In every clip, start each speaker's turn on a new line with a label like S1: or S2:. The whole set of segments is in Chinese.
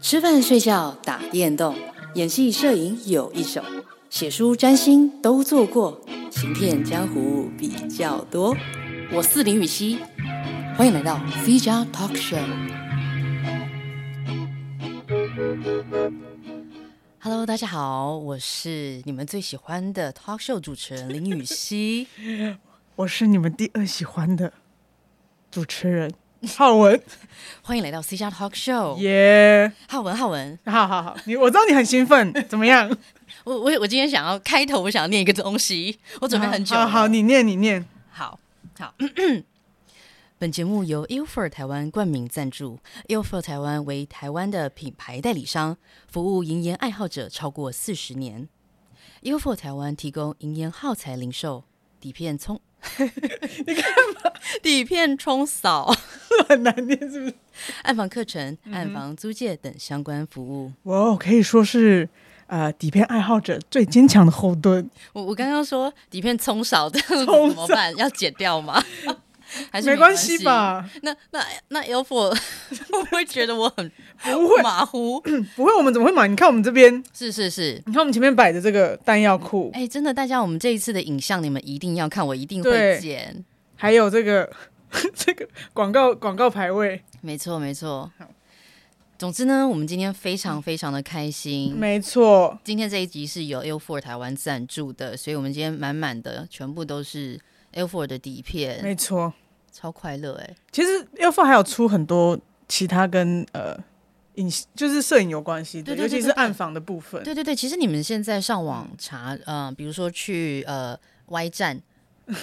S1: 吃饭、睡觉、打电动、演戏、摄影有一手，写书、占星都做过，行骗江湖比较多。我是林雨熙，欢迎来到 C 加 Talk Show。Hello，大家好，我是你们最喜欢的 Talk Show 主持人林雨 熙。
S2: 我是你们第二喜欢的主持人浩文，
S1: 欢迎来到 C 加 Talk Show。
S2: 耶、
S1: 浩文，浩文，
S2: 好好好，你我知道你很 兴奋，怎么样？
S1: 我我我今天想要开头，我想要念一个东西，我准备很久
S2: 好
S1: 了。
S2: 好，你念你念，
S1: 好好 本节目由 Ilfer 台湾冠名赞助，Ilfer 台湾为台湾的品牌代理商，服务银盐爱好者超过四十年。Ilfer 台湾提供银盐耗材零售、底片 冲，你干嘛？ 底片冲扫、
S2: 很难念是不是？
S1: 暗房课程、
S2: 嗯
S1: 暗房租借等相关服务。
S2: 哇哦，可以说是呃底片爱好者最坚强的后盾，
S1: 我我刚刚说底片冲少，这样子
S2: 冲
S1: 怎么办？要剪掉吗？ 还是
S2: 没
S1: 关
S2: 关系？吧？
S1: 那那那 Elfo 会不会觉得我很
S2: 不会
S1: 马虎？
S2: 不会，我们怎么会买？你看我们这边，
S1: 是是是，
S2: 你看我们前面摆的这个弹药库，
S1: 哎、真的，大家我们这一次的影像你们一定要看，我一定会
S2: 对
S1: 剪。
S2: 还有这个 这个广告广告牌位，
S1: 没错没错。总之呢，我们今天非常非常的开心。
S2: 没错，
S1: 今天这一集是由 L Four 台湾赞助的，所以我们今天满满的全部都是 L Four 的底片，
S2: 没错。
S1: 超快乐哎、
S2: 其实 l f 还有出很多其他跟呃影就是摄影有关系的，
S1: 对对
S2: 尤其
S1: 对
S2: 是
S1: 对对
S2: 暗房的部分。
S1: 对对对，其实你们现在上网查，呃，比如说去呃 Y 站，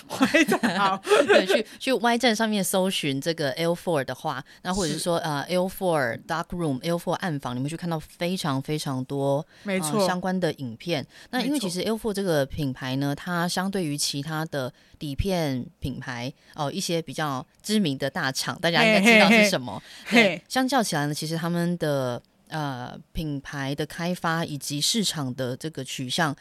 S2: 拍的好，
S1: 对，去去 Y 站上面搜寻这个 L four 的话，那或者是说呃 L four dark room、L four 暗房，你们会去看到非常非常多
S2: 没
S1: 呃
S2: 错，
S1: 相关的影片。那因为
S2: 没
S1: 其
S2: 错
S1: 实 L four 这个品牌呢，它相对于其他的底片品牌哦、一些比较知名的大厂，大家应该知道
S2: 嘿嘿
S1: 是
S2: 嘿
S1: 什么。对
S2: 嘿，
S1: 相较起来呢，其实他们的呃品牌的开发以及市场的这个取向，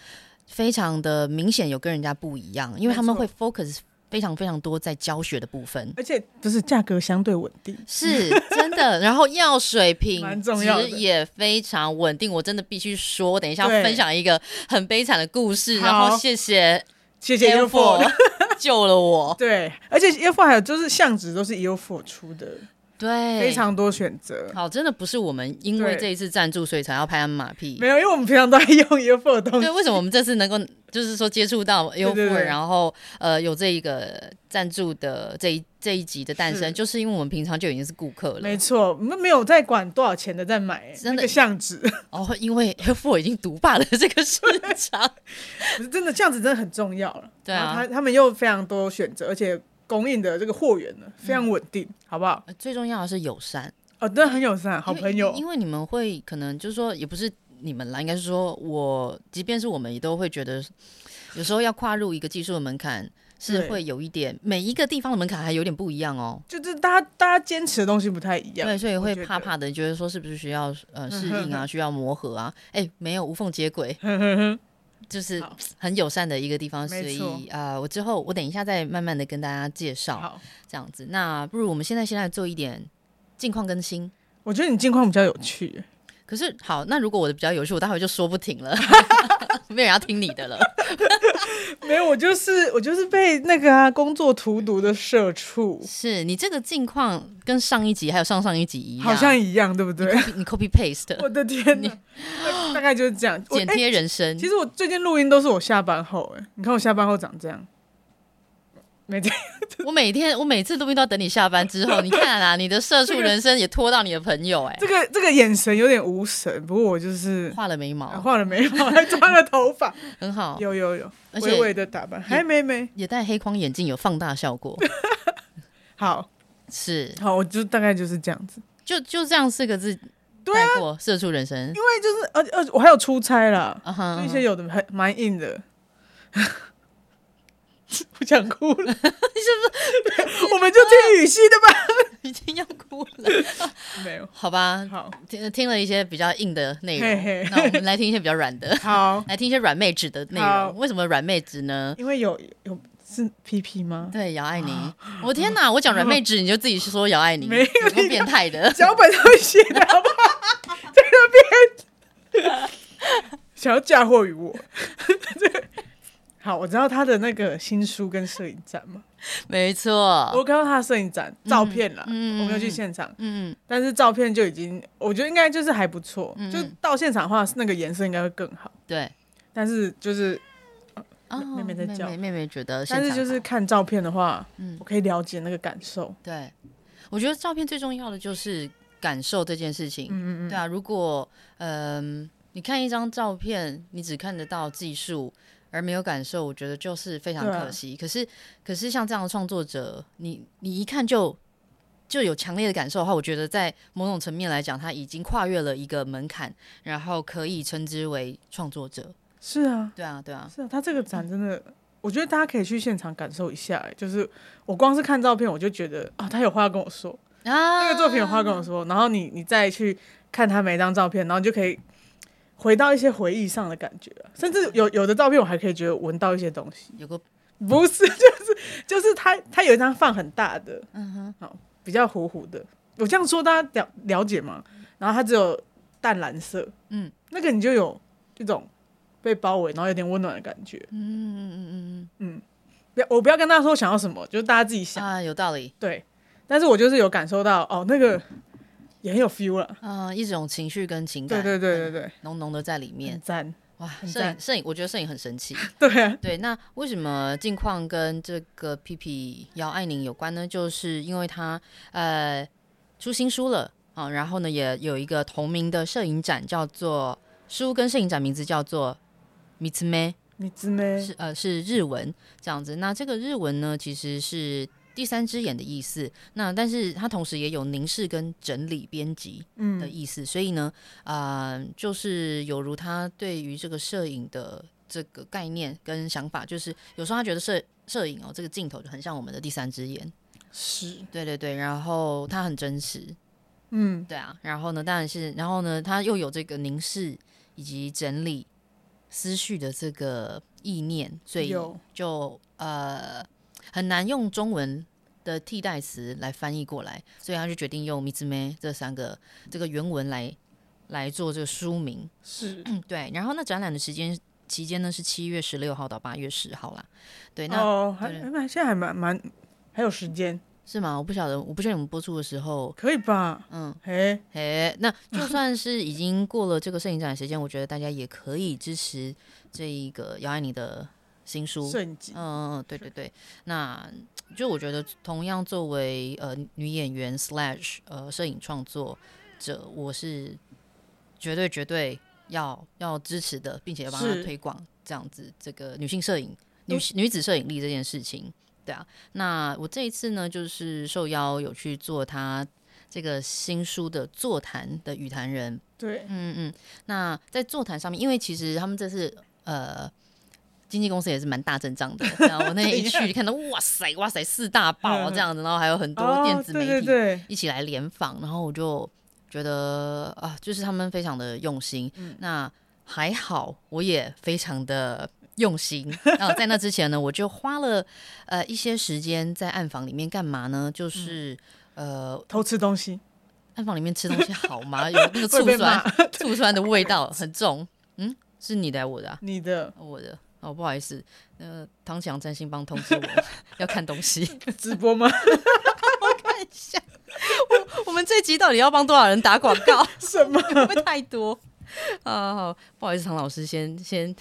S1: 非常的明显有跟人家不一样，因为他们会
S2: 没
S1: focus 非常非常多在教学的部分。
S2: 而且不是价格相对稳定，
S1: 是真的，然后药水 品
S2: 蛮重要的
S1: 质也非常稳定，我真的必须说，等一下
S2: 对
S1: 分享一个很悲惨的故事，
S2: 好
S1: 然后谢谢
S2: 谢谢
S1: Air
S2: l f
S1: Force 救了我，
S2: 对，而且 l f 还有就是相纸都是 l f 出的，
S1: 对，
S2: 非常多选择。
S1: 好，真的不是我们因为
S2: 对
S1: 这一次赞助所以才要拍他们马屁，
S2: 没有，因为我们平常都在用 l f 的 东西
S1: 对，。为什么我们这次能够就是说接触到优
S2: 对
S1: 富，
S2: 对
S1: 然后呃有这一个赞助的这一这一集的诞生，
S2: 是
S1: 就是因为我们平常就已经是顾客了
S2: 没。错，我们没有在管多少钱的在买、
S1: 真的
S2: 那个相纸，
S1: 哦，因为 优富已经独霸了这个市 场，
S2: 不是真的相纸真的很重要了。
S1: 对啊
S2: 然后他他们又非常多选择，而且供应的这个货源呢非常
S1: 嗯
S2: 稳定，好不好？
S1: 呃最重要的是友善，
S2: 哦，真的很友善，好
S1: 因为
S2: 朋友
S1: 因，因为你们会可能就是说也不是你们啦，应该是说我，即便是我们也都会觉得，有时候要跨入一个技术的门槛是
S2: 对
S1: 会有一点，每一个地方的门槛还有点不一样哦。
S2: 就是大家大家坚持的东西不太一样。
S1: 对，所以
S2: 我
S1: 会
S2: 觉
S1: 怕
S2: 得
S1: 怕的，觉得说是不是需要呃适应 啊，需要磨合啊？哎，没有无缝接轨，就是
S2: 好
S1: 很友善的一个地方，所
S2: 没错
S1: 以啊、呃我之后我等一下再慢慢的跟大家介绍
S2: 好，
S1: 这样子。那不如我们现在先来做一点近况更新。
S2: 我觉得你近况比较有趣。
S1: 可是好，那如果我的比较有趣，我待会就说不停了，没有人要听你的了。
S2: 没有，我就是我就是被那个啊工作荼毒的社畜，
S1: 是你这个近况跟上一集还有上上一集一样，
S2: 好像一样，对不
S1: 你
S2: 对？
S1: copy, 你 copy paste
S2: 我的天哪，大大概就是这样。我
S1: 剪
S2: 哎、
S1: 贴人生。
S2: 其实我最近录音都是我下班后、哎，你看我下班后长这样，没 这样。
S1: 我每天我每次都遇到等你下班之后，你看啊，你的社畜人生也拖到你的朋友哎、
S2: 这个这个眼神有点无神，不过我就是
S1: 画了眉毛，
S2: 画了眉毛，还抓了头发，
S1: 很好，
S2: 有有有，
S1: 而且
S2: 微微的打扮，还没没
S1: 也戴黑框眼镜有放大效果，
S2: 好
S1: 是
S2: 好，我就大概就是这样子。
S1: 就就这样四个字
S2: 对啊
S1: 带过社畜人生，
S2: 因为就是而而我还有出差啦，
S1: 啊哈
S2: 就 一些有的还蛮硬的。 我想哭 了，我们就听雨熙的吧。
S1: 已经要哭了，
S2: 没有，
S1: 好吧，
S2: 好，
S1: 听听了一些比较硬的内
S2: 嘿嘿
S1: 容，那我们来听一些比较软的，
S2: 好，
S1: 来听一些软妹子的内
S2: 好
S1: 容。为什么软妹子呢？
S2: 因为有有是 P P 吗？
S1: 对，姚爱宁，我天哪！我讲软妹子，你就自己说姚爱宁，
S2: 啊 没有
S1: 有够变态的。
S2: 脚本上面写的好不好？这个想要嫁祸于我。 好，我知道他的那个新书跟摄影展嘛，
S1: 没错，
S2: 我看到他的摄影展照片啦，
S1: 哦嗯
S2: 我没有去现场，
S1: 嗯，
S2: 但是照片就已经，我觉得应该就是还不错，
S1: 嗯
S2: 就到现场的话，那个颜色应该会更好。
S1: 对。
S2: 但是就是，
S1: 哦，
S2: 妹妹在叫
S1: 妹妹妹觉得现
S2: 但
S1: 场好，
S2: 是就是看照片的话，
S1: 嗯
S2: 我可以了解那个感受。
S1: 对，我觉得照片最重要的就是感受这件事情。
S2: 嗯嗯嗯，
S1: 对啊，如果嗯、你看一张照片，你只看得到技术而没有感受，我觉得就是非常
S2: 对啊
S1: 可惜。可是，可是像这样的创作者，你你一看就就有强烈的感受的话，我觉得在某种层面来讲，他已经跨越了一个门槛，然后可以称之为创作者。
S2: 是啊，
S1: 对啊，对啊，
S2: 是啊，他这个展真的，我觉得大家可以去现场感受一下、欸就是我光是看照片，我就觉得啊，他有话要跟我说，
S1: 啊，
S2: 那个作品有话跟我说，然后你你再去看他每一张照片，然后你就可以回到一些回忆上的感觉啊、甚至有有的照片我还可以觉得闻到一些东西，
S1: 有个
S2: 不是， 就是就是他他有一张放很大的，
S1: 嗯哼，
S2: 比较糊糊的，我这样说大家了了解吗？然后它只有淡蓝色，
S1: 嗯，
S2: 那个你就有一种被包围，然后有点温暖的感觉，嗯嗯嗯嗯嗯，不要我不要跟大家说想要什么，就是大家自己想，
S1: 啊，有道理，
S2: 对，但是我就是有感受到哦，那个也很有 feel 了。
S1: 啊、一种情绪跟情
S2: 对
S1: 感，
S2: 对对对对，
S1: 浓浓的在里面
S2: 很。赞。
S1: 哇，
S2: 很
S1: 摄影
S2: 赞
S1: 摄影，我觉得摄影很神奇。
S2: 对啊，
S1: 对，那为什么近况跟这个 P P 姚爱玲有关呢？就是因为她呃出新书了啊，然后呢也有一个同名的摄影展，叫做书跟摄影展名字叫做 Mitsume，
S2: 你知没？
S1: 是呃是日文这样子。那这个日文呢其实是第三只眼的意思，那但是它同时也有凝视跟整理编辑，的
S2: 嗯，
S1: 意思。所以呢，呃，就是有如他对于这个摄影的这个概念跟想法，就是有时候他觉得摄摄影哦，这个镜头就很像我们的第三只眼，
S2: 是，
S1: 对对对，然后他很真实，
S2: 嗯，
S1: 对啊，然后呢，当然是，然后呢，他又有这个凝视以及整理思绪的这个意念，所以
S2: 有
S1: 就呃很难用中文的替代词来翻译过来，所以他就决定用 m i z u m e 这三个这个原文来来做这个书名。
S2: 是。
S1: 嗯，对。然后那展览的时间期间呢是七月十六号到八月十号啦。对，那、
S2: 哦，还
S1: 对
S2: 还蛮现在还蛮蛮还有时间，
S1: 是吗？我不晓得，我不确定我们播出的时候。
S2: 可以吧？
S1: 嗯，
S2: 哎，
S1: 嘿，那就算是已经过了这个摄影展的时间，我觉得大家也可以支持这一个姚爱你的新书。
S2: 摄影集，
S1: 嗯嗯，嗯，对对对，那就我觉得，同样作为呃女演员 slash 呃摄影创作者，我是绝对绝对要要支持的，并且要帮她
S2: 是
S1: 推广这样子这个女性摄影、女女子摄影力这件事情。对啊，那我这一次呢，就是受邀有去做她这个新书的座谈的语坛人，
S2: 对，
S1: 嗯嗯，那在座谈上面，因为其实他们这次呃。经纪公司也是蛮大阵仗的，然后我那天一
S2: 怎
S1: 去看到，哇塞哇塞，四大报啊
S2: 嗯嗯
S1: 这样子，然后还有很多
S2: 哦
S1: 电子媒
S2: 对对
S1: 体
S2: 对，
S1: 一起来联访，然后我就觉得啊，就是他们非常的用心。
S2: 嗯
S1: 那还好，我也非常的用心。 然后在那之前呢，我就花了呃一些时间在暗房里面干嘛呢？就是、
S2: 嗯
S1: 呃，
S2: 偷吃东西
S1: 暗房里面吃东西好吗？有那个醋
S2: 会被
S1: 酸
S2: 骂，，
S1: 醋酸的味道很重。嗯，是你的还是我的、啊？
S2: 你 的
S1: 哦我的哦，不好意思，呃，唐强占星帮通知我要看东西，
S2: 直播吗？
S1: 看一下。我我们这集到底要帮多少人打广告？
S2: 什么？
S1: 会不会太多？啊、好，不好意思，唐老师先先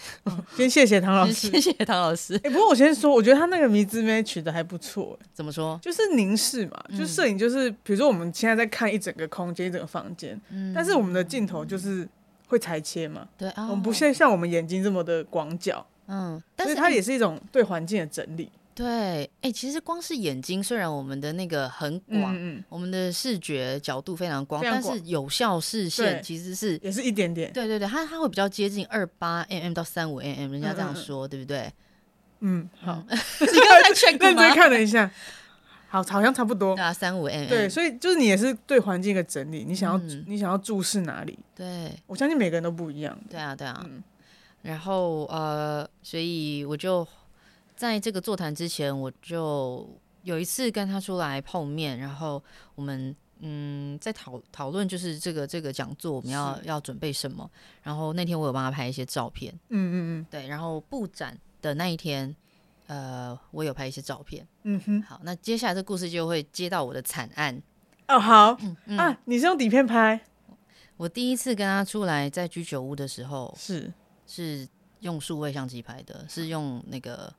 S2: 先谢谢唐老 师。
S1: 先谢谢唐老师。
S2: 哎，不过我先说，我觉得他那个迷之妹取得还不错，欸
S1: 怎么说？
S2: 就是凝视嘛，
S1: 嗯
S2: 就摄影就是，比如说我们现在在看一整个空间、一整个房间，但是我们的镜头就是会裁切嘛，
S1: 嗯对啊，
S2: 我们不像像我们眼睛这么的广角，
S1: 嗯，但
S2: 但
S1: 是
S2: 是它也是一种对环境的整理。
S1: 对，哎、其实光是眼睛，虽然我们的那个很广，
S2: 嗯嗯，
S1: 我们的视觉角度非常广，
S2: 非常
S1: 但是有效视线
S2: 对
S1: 其实是
S2: 也是一点点。
S1: 对对对，它它会比较接近二八 mm 到三五 mm，人家这样
S2: 嗯嗯嗯
S1: 说，对不 对？
S2: 嗯，好，
S1: 你刚才 check 过
S2: 认真
S1: 吗？
S2: 看了一下，好，好像差不 多
S1: 对。啊，三五 mm。
S2: 对，所以就是你也是对环境的整理，你想要
S1: 嗯
S2: 你想要注视哪里？
S1: 对
S2: 我相信每个人都不一样。
S1: 对啊对啊。
S2: 嗯
S1: 然后呃，所以我就在这个座谈之前，我就有一次跟他出来碰面，然后我们嗯在讨讨论，就是这个这个讲座我们要要准备什么。然后那天我有帮他拍一些照片，
S2: 嗯嗯
S1: 对，然后布展的那一天，呃，我有拍一些照片。
S2: 嗯嗯哼，
S1: 好，那接下来这故事就会接到我的惨案。
S2: 哦好
S1: 嗯
S2: 啊，你是用底片拍？
S1: 我第一次跟他出来在居酒屋的时候，
S2: 是，
S1: 是用数位相机拍的，是用那个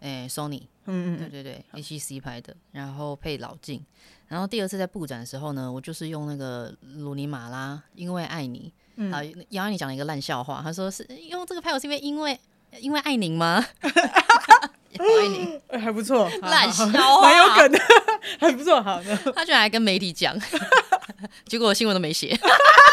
S1: 诶、Sony，
S2: 嗯
S1: 对
S2: 嗯
S1: 对对，A 七 C 拍的，然后配老镜。然后第二次在布展的时候呢，我就是用那个鲁尼马拉，因为爱你。
S2: 嗯
S1: 啊，瑶瑶你讲了一个烂笑话，他说是用这个拍我是因为因为因为爱您 吗？ 我爱您，
S2: 哎还不错，好
S1: 烂
S2: 好
S1: 笑
S2: 好
S1: 话，
S2: 蛮有梗的，还不错，好的，
S1: 他居然还跟媒体讲， 结果我新闻都没写，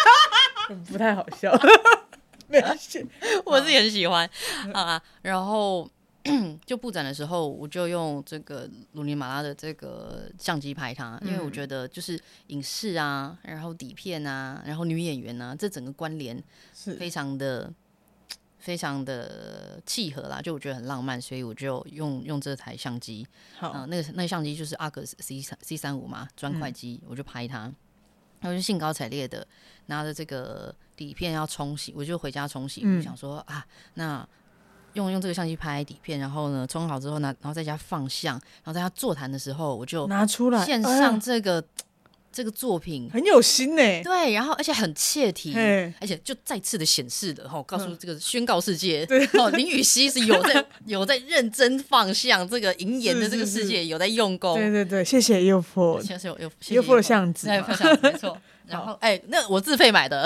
S2: 不太好笑， 没事，
S1: 我自己很喜欢啊。然后 就布展的时候，我就用这个鲁尼马拉的这个相机拍它，因为我觉得就是影视啊，然后底片啊，然后女演员啊，这整个关联
S2: 是
S1: 非常的。非常的契合啦，就我觉得很浪漫，所以我就用用这台相机，嗯、
S2: 好，嗯
S1: 那个那个相机就是阿格 C 三 C 三五嘛，砖块机，我就拍它，然后就兴高采烈的拿着这个底片要冲洗，我就回家冲洗，我
S2: 嗯
S1: 就想说啊，那用用这个相机拍底片，然后呢冲好之后拿，然后在家放相，然后在家座谈的时候，我就
S2: 拿出来，
S1: 献
S2: 哎呀
S1: 上这个、这个作品。
S2: 很有心呢，
S1: 对，然后而且很切题
S2: 哎嘿，
S1: 而且就再次的显示了哈，告诉
S2: 嗯
S1: 这个宣告世界，哦，林雨熙是有在有在认真放向这个银眼的
S2: 是
S1: 这个
S2: 是
S1: 世
S2: 是
S1: 界，有在用功，
S2: 对对对，谢谢又破，
S1: 先是有有
S2: 又付了巷子
S1: 对，
S2: 嘛
S1: 付了巷子没 错。然后哎，那我自费买的。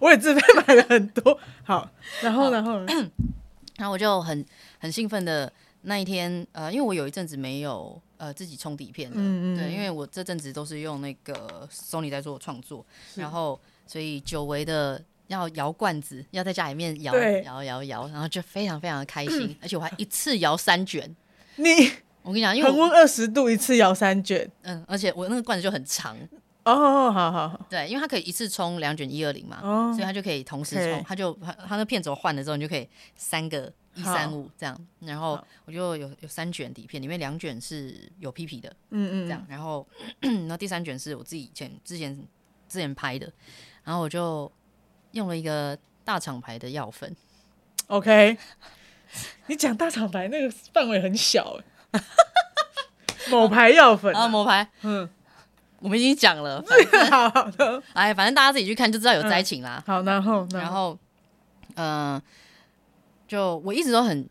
S2: 我也自费买了很多，好，然后然后 呢
S1: 然后我就很很兴奋的那一天，呃，因为我有一阵子没有呃自己冲底片了，
S2: 嗯嗯
S1: 对，因
S2: 嗯
S1: 为我这阵子都是用那个 Sony 在做创作，
S2: 是
S1: 然后所以久违的。要摇罐子，要在家里面摇
S2: 对
S1: 摇摇摇，然后就非常非常的开心，而且我还一次摇三卷。
S2: 你
S1: 我跟你讲，因为
S2: 恒
S1: 我
S2: 温二十度一次摇三卷，
S1: 嗯，而且我那个罐子就很长，
S2: 哦，好好好，
S1: 对，因为它可以一次冲两卷一二零嘛，
S2: 哦
S1: 所以它就可以同时
S2: OK
S1: 冲，它就它它那片轴换了之后，你就可以三个一
S2: 好
S1: 三五这样，然后
S2: 好
S1: 我就有有三卷底片，里面两卷是有屁屁的
S2: 嗯
S1: 这样
S2: 嗯，，
S1: 然 后然后第三卷是我自己以前之前之前拍的，然后我就用了一个大厂牌的药粉，
S2: OK，你讲大厂牌那个范围 很小欸某牌药粉
S1: 然后
S2: 啊，
S1: 哦某牌
S2: 嗯，
S1: 我们已经讲了，
S2: 好好的，
S1: 哎，反正大家自己去看就知
S2: 嗯
S1: 道有灾情啦，
S2: 好，然后
S1: 然后，嗯、就我一直都很，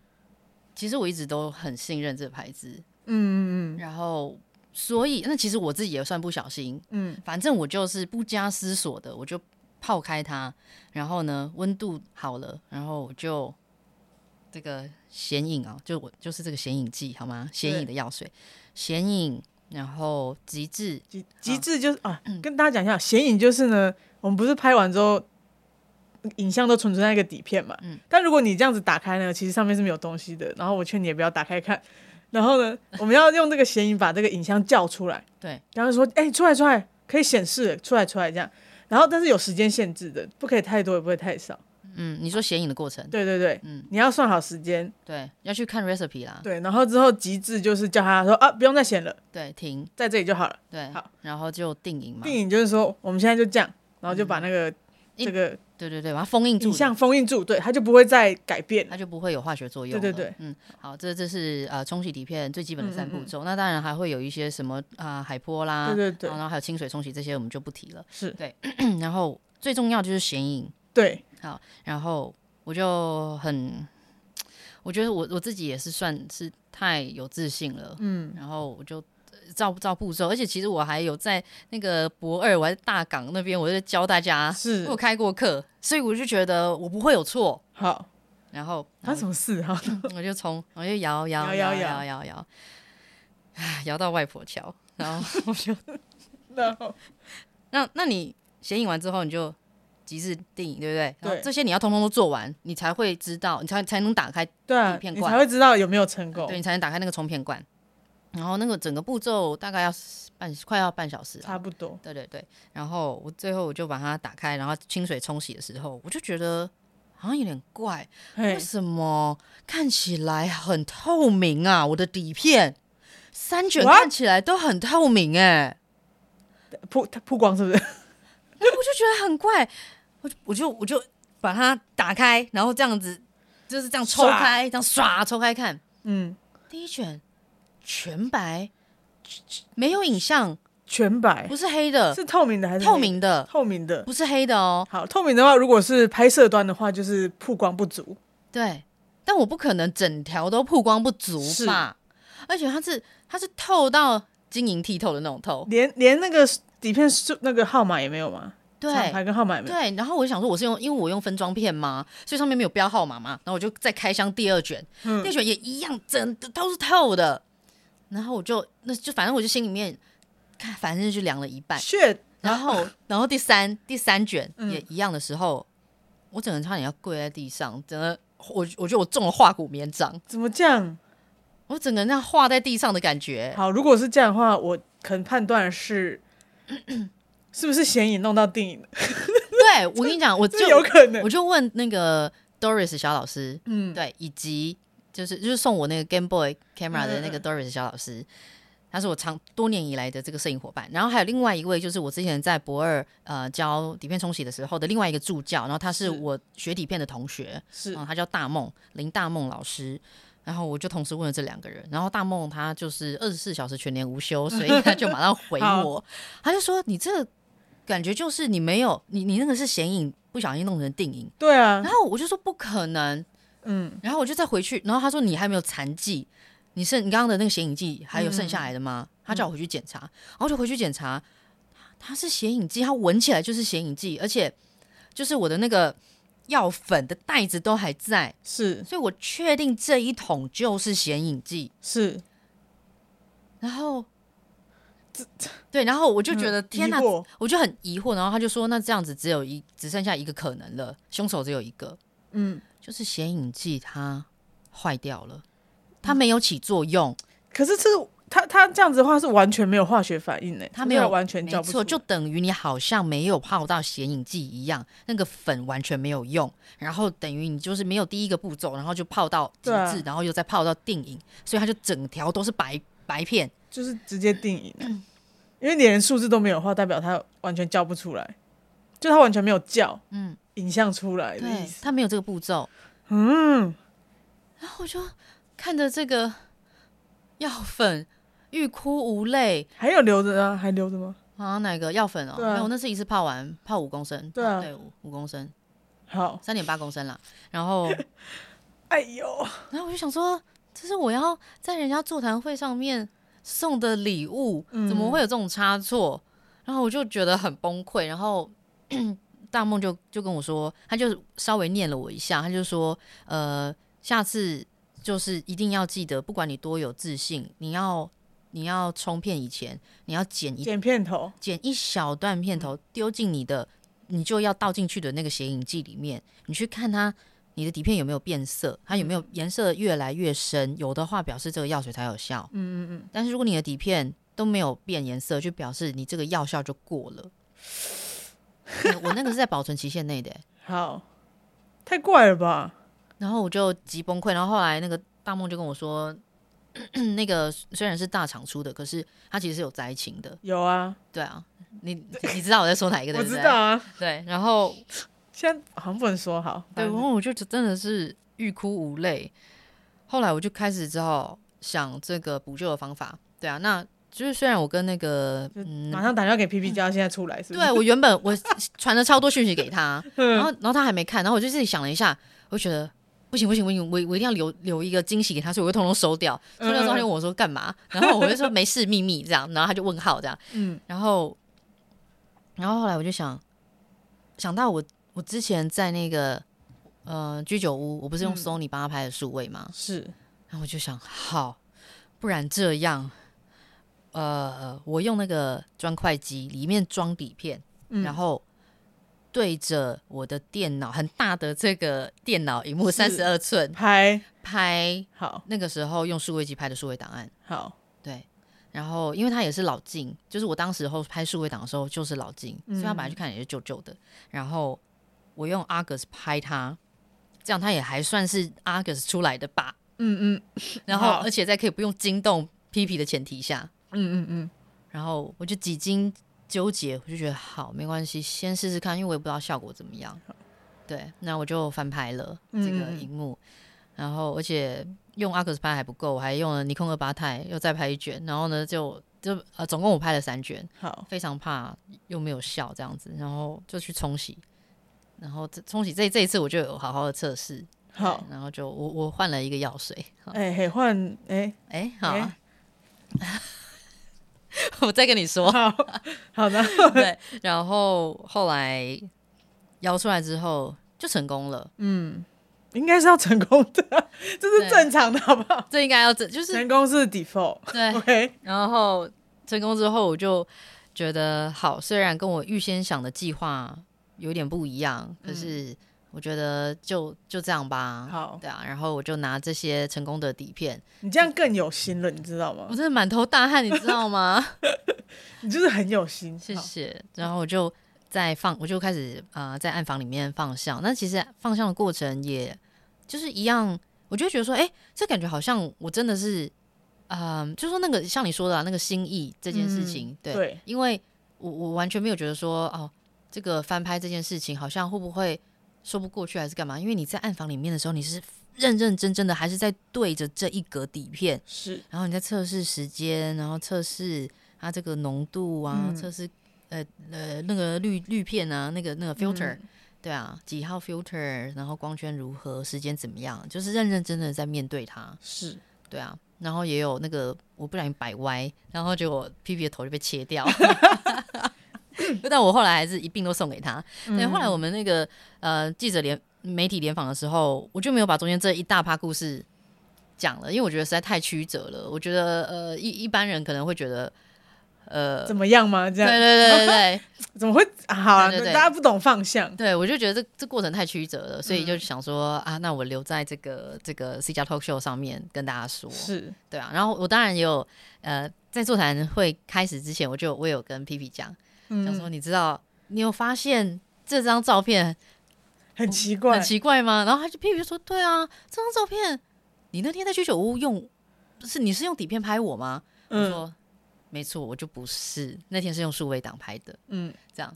S1: 其实我一直都很信任这个牌子，
S2: 嗯嗯
S1: 然后所以那其实我自己也算不小心，
S2: 嗯
S1: 反正我就是不加思索的，我就泡开它，然后呢温度好了，然后我就这个显影啊，就我就是这个显影剂好吗？显影的药水，显影，然后极致
S2: 极极致就是啊，
S1: 嗯
S2: 跟大家讲一下，显影就是呢，我们不是拍完之后，影像都存存在一个底片嘛，
S1: 嗯
S2: 但如果你这样子打开呢，其实上面是没有东西的，然后我劝你也不要打开看，然后呢，我们要用这个显影把这个影像叫出来，
S1: 对，
S2: 然后说，哎、出来出来，可以显示了，出来出来这样，然后但是有时间限制的，不可以太多，也不会太少，
S1: 嗯，你说显影的过程，
S2: 对对对，
S1: 嗯，
S2: 你要算好时间，
S1: 对，要去看 recipe 啦，
S2: 对，然后之后极致就是叫他说啊，不用再显了，
S1: 对，停，
S2: 在这里就好了，
S1: 对
S2: 好，
S1: 然后就定影嘛，
S2: 电影就是说我们现在就这样，然后就把那个。
S1: 嗯
S2: 这个
S1: 对对对，把它封印住
S2: 影
S1: 的，
S2: 像封印住，对，它就不会再改变
S1: 它。就不会有化学作用了。
S2: 对对对
S1: 嗯，好，这这是呃冲洗底片最基本的三步
S2: 嗯嗯嗯
S1: 骤。那当然还会有一些什么啊、海波啦，
S2: 对对对
S1: 然后还有清水冲洗这些我们就不提了。
S2: 是
S1: 嗯然后最重要就是显影，
S2: 对，
S1: 然后我就很，我觉得我我自己也是算是太有自信了，
S2: 嗯，
S1: 然后我就。呃照照步骤，而且其实我还有在那个博二，我还在大港那边，我就教大家，我
S2: 是
S1: 有开过课，所以我就觉得我不会有错。
S2: 好。
S1: 嗯然后
S2: 发生什么事啊哈？
S1: 我就冲，我就摇摇摇
S2: 摇摇
S1: 摇摇摇，唉摇到外婆桥，然后 我就
S2: 然 后
S1: 那那你显影完之后，你就极致定影，对不对？然后
S2: 对
S1: 这些你要通通都做完，你才会知道，你才才能打开，
S2: 对啊
S1: 影，片
S2: 你
S1: 罐
S2: 才会知道有没有成功
S1: 对，你才能打开那个冲片罐。然后那个整个步骤大概要半快要半小时啊，
S2: 差不多。
S1: 对对对。然后我最后我就把它打开，然后清水冲洗的时候，我就觉得好像有点怪，
S2: 嘿
S1: 为，什么看起来很透明啊？我的底片三卷
S2: What？
S1: 看起来都很透明哎、
S2: 曝它曝光是不是？
S1: 我就觉得很怪，我就我就我就把它打开，然后这样子就是这样抽
S2: 刷
S1: 开，这样刷抽开看，
S2: 嗯，
S1: 第一卷全白，没有影像，
S2: 全白
S1: 不是黑的，
S2: 是透明的还是
S1: 透
S2: 黑
S1: 明的
S2: 的？，透明的。
S1: 不是黑的哦。
S2: 好，透明的话，如果是拍摄端的话，就是曝光不足。
S1: 对，但我不可能整条都曝光不足
S2: 是
S1: 吧？而且它是它是透到晶莹剔透的那种透，
S2: 连连那个底片数那个号码也没有吗？厂
S1: 对
S2: 牌跟号码也没有。
S1: 对。然后我就想说，我是用因为我用分装片嘛，所以上面没有标号码嘛。然后我就再开箱第二卷，
S2: 嗯
S1: 第二卷也一样，整的都是透的。然后我就那就反正我就心里面看，反正就量了一 半。
S2: shit，
S1: 然后，然后第三第三卷
S2: 嗯
S1: 也一样的时候，我整个人差点要跪在地上，整个我我觉得我中了化骨绵掌，
S2: 怎么这样？
S1: 我整个人那样化在地上的感 觉。
S2: 好，如果是这样的话，我可能判 断是是不是显影弄到电影了，
S1: 对我跟你讲，我就
S2: 这有可能
S1: 我。就问那个 Doris 小老师，
S2: 嗯，
S1: 对，以及就是就是送我那个 Game Boy Camera 的那个
S2: 嗯
S1: Doris 小老师，他是我长多年以来的这个摄影伙伴。然后还有另外一位，就是我之前在博二呃教底片冲洗的时候的另外一个助教，然后他是
S2: 是
S1: 我学底片的同学，
S2: 是
S1: 嗯，他叫大梦林大梦老师。然后我就同时问了这两个人，然后大梦他就是二十四小时全年无休，所以他就马上回我
S2: 好，
S1: 他就说你这感觉就是你没有你你那个是显影，不小心弄成定影。
S2: 对啊
S1: 然，后我就说不可能，
S2: 嗯，
S1: 然后我就再回去，然后他说你还没有残剂，你剩你刚刚的那个显影剂还有剩下来的
S2: 嗯
S1: 吗？他叫我回去检查，然后我就回去检查，它是显影剂，它闻起来就是显影剂，而且就是我的那个药粉的袋子都还在，
S2: 是
S1: 所以我确定这一桶就是显影剂。
S2: 是，
S1: 然后，对，然后我就觉得、
S2: 嗯
S1: 天哪
S2: 疑，惑
S1: 我就很疑惑。然后他就说，那这样子只有一只剩下一个可能了，凶手只有一个。
S2: 嗯，
S1: 就是显影剂它坏掉了，它没有起作用，
S2: 可是这他他这样子的话是完全没有化学反应呢，
S1: 它没有
S2: 完全
S1: 没
S2: 嗯叫不出
S1: 错，
S2: 来，
S1: 就等于你好像没有泡到显影剂一样，那个粉完全没有用，然后等于你就是没有第一个步骤，然后就泡到极
S2: 对啊
S1: 致，然后又再泡到定影，所以它就整条都是白白片。
S2: 就是直接定影了，因为连数字都没有的话，代表他完全叫不出来，就他完全没有叫，
S1: 嗯，
S2: 影像出来的意
S1: 对，
S2: 思。
S1: 它没有这个步骤，
S2: 嗯，
S1: 然后我就看着这个药粉欲哭无泪。
S2: 还有留着啊，还留着吗？
S1: 啊，哪个药粉哦？
S2: 对啊
S1: 哎我那是一次泡完，泡五公升，
S2: 对啊
S1: 对，五五公升，
S2: 好，
S1: 三点八公升啦。然后
S2: 哎呦，
S1: 然后我就想说，这是我要在人家座谈会上面送的礼物，
S2: 嗯
S1: 怎么会有这种差错？然后我就觉得很崩溃。然后 大梦就就跟我说，他就稍微念了我一下，他就说，呃，下次就是一定要记得，不管你多有自信，你要你要冲片以前，你要剪一
S2: 剪片头，
S1: 剪一小段
S2: 嗯
S1: 片头丢进你的，你就要倒进去的那个显影剂里面，你去看它，你的底片有没有变色，它有没
S2: 嗯
S1: 有颜色越来越深，有的话表示这个药水才有效。
S2: 嗯嗯嗯，
S1: 但是如果你的底片都没有变颜色，就表示你这个药效就过了。我我那个是在保存期限内的欸、
S2: 好，太怪了吧？
S1: 然后我就极崩溃。然后后来那个大梦就跟我说，那个虽然是大厂出的，可是它其实是有灾情的。
S2: 有啊，
S1: 对啊，你你知道我在说哪一个？对
S2: 我
S1: 不对
S2: 知道啊，
S1: 对，然 后
S2: 现在好像不能说好，
S1: 对，
S2: 反
S1: 然
S2: 正
S1: 后我就真的是欲哭无泪。后来我就开始只好想这个补救的方法。对啊，那就是虽然我跟那个
S2: 就
S1: 嗯，
S2: 马上打电话给 P P 叫他现在出来，是不是？
S1: 对我原本我 传了超多讯息给 他，然后然后他还没看，然后我就自己想了一下，我就觉得。不行不行不行，我我一定要留留一个惊喜给他，所以我就通通收掉。收掉之后
S2: 嗯
S1: 他就问我说干嘛，然后我就说没事，秘密这样，然后他就问号这样，
S2: 嗯，
S1: 然后，然后后来我就想，想到我我之前在那个呃居酒屋，我不是用
S2: 嗯
S1: Sony 帮他拍的数位吗？
S2: 是
S1: 然后我就想，好，不然这样，呃，我用那个砖块机里面装底片，
S2: 嗯
S1: 然后对着我的电脑很大的这个电脑荧幕
S2: 是
S1: 三十二寸
S2: 拍
S1: 拍
S2: 好
S1: 那个时候用数位机拍的数位档案。
S2: 好，
S1: 对，然后因为它也是老镜，就是我当时候拍数位档的时候就是老镜，所以它本来就看起来就旧旧的。然后我用 Argus 拍它，这样它也还算是 Argus 出来的吧。
S2: 嗯嗯
S1: 然后
S2: 好
S1: 而且在可以不用惊动 P P 的前提下，
S2: 嗯嗯嗯，
S1: 然后我就几经纠结，我就觉得好没关系，先试试看，因为我也不知道效果怎么样。对，那我就翻拍了这个
S2: 嗯
S1: 荧幕，然后而且用阿克斯拍还不够，我还用了尼康二八钛又再拍一卷，然后呢就就呃总共我拍了三卷，
S2: 好，
S1: 非常怕又没有效这样子，然后就去冲洗，然后这冲洗这这一次我就有好好的测试，
S2: 好，
S1: 然后就我我换了一个药水，好
S2: 哎、嘿换哎、
S1: 哎、好啊、
S2: 哎
S1: 我再跟你说，
S2: 好好 的，
S1: 对，然后后来摇出来之后就成功了，
S2: 嗯应该是要成功的，啊这是
S1: 对
S2: 正常的，好不好？
S1: 这应该要这就是哎
S2: 成功是 default，
S1: 对，
S2: OK，
S1: 然后成功之后我就觉得好，虽然跟我预先想的计划有点不一样，可是我觉得就就这样吧，
S2: 嗯好，
S1: 对啊，然后我就拿这些成功的底片，
S2: 你这样更有心了，你知道吗
S1: 我？真的满头大汗，你知道吗？
S2: 你就是很有心，
S1: 谢
S2: 好
S1: 谢。然后我就在放，我就开始呃在暗房里面放相。那其实放相的过程也就是一样，我就会觉得说，哎、这感觉好像我真的是，嗯、就说那个像你说的、啊、那个心意这件事情，
S2: 嗯
S1: 对，
S2: 对
S1: 因为我我完全没有觉得说哦，这个翻拍这件事情好像会不会说不过去还是干嘛？因为你在暗房里面的时候，你是认认真真的，还是在对着这一格底片，
S2: 是
S1: 然后你在测试时间，然后测试它这个浓度啊，
S2: 嗯
S1: 测试呃呃那个滤滤片啊，那个那个
S2: 嗯
S1: filter，、对啊，几号 filter，然后光圈如何，时间怎么样，就是认认真真的在面对它，
S2: 是，
S1: 对啊。然后也有那个我不小心摆歪，然后结果 P P 的头就被切掉。 但我后来还是一并都送给他。对，后来我们那个呃记者联媒体联访的时候，我就没有把中间这一大趴故事讲了，因为我觉得实在太曲折了。我觉得呃一一般人可能会觉得呃，
S2: 怎么样吗？这
S1: 对
S2: 样
S1: 对对对对，
S2: 怎么会？啊好啊，
S1: 对对对
S2: 大家不懂方向，
S1: 对我就觉得这这过程太曲折了，所
S2: 嗯
S1: 以就想说、啊，那我留在这个这个 C 加 Talk Show 上面跟大家说。
S2: 是
S1: 对啊，然后我当然也有呃，在座谈会开始之前，我就我有跟 P P 讲，讲说
S2: 嗯，
S1: 你知道你有发现这张照片
S2: 很奇怪
S1: 很，奇怪吗？然后他就 P P 就说，对啊，这张照片你那天在居酒屋用，是你是用底片拍我吗？我
S2: 嗯
S1: 说没错，我就不是，那天是用数位档拍的，
S2: 嗯，
S1: 这样，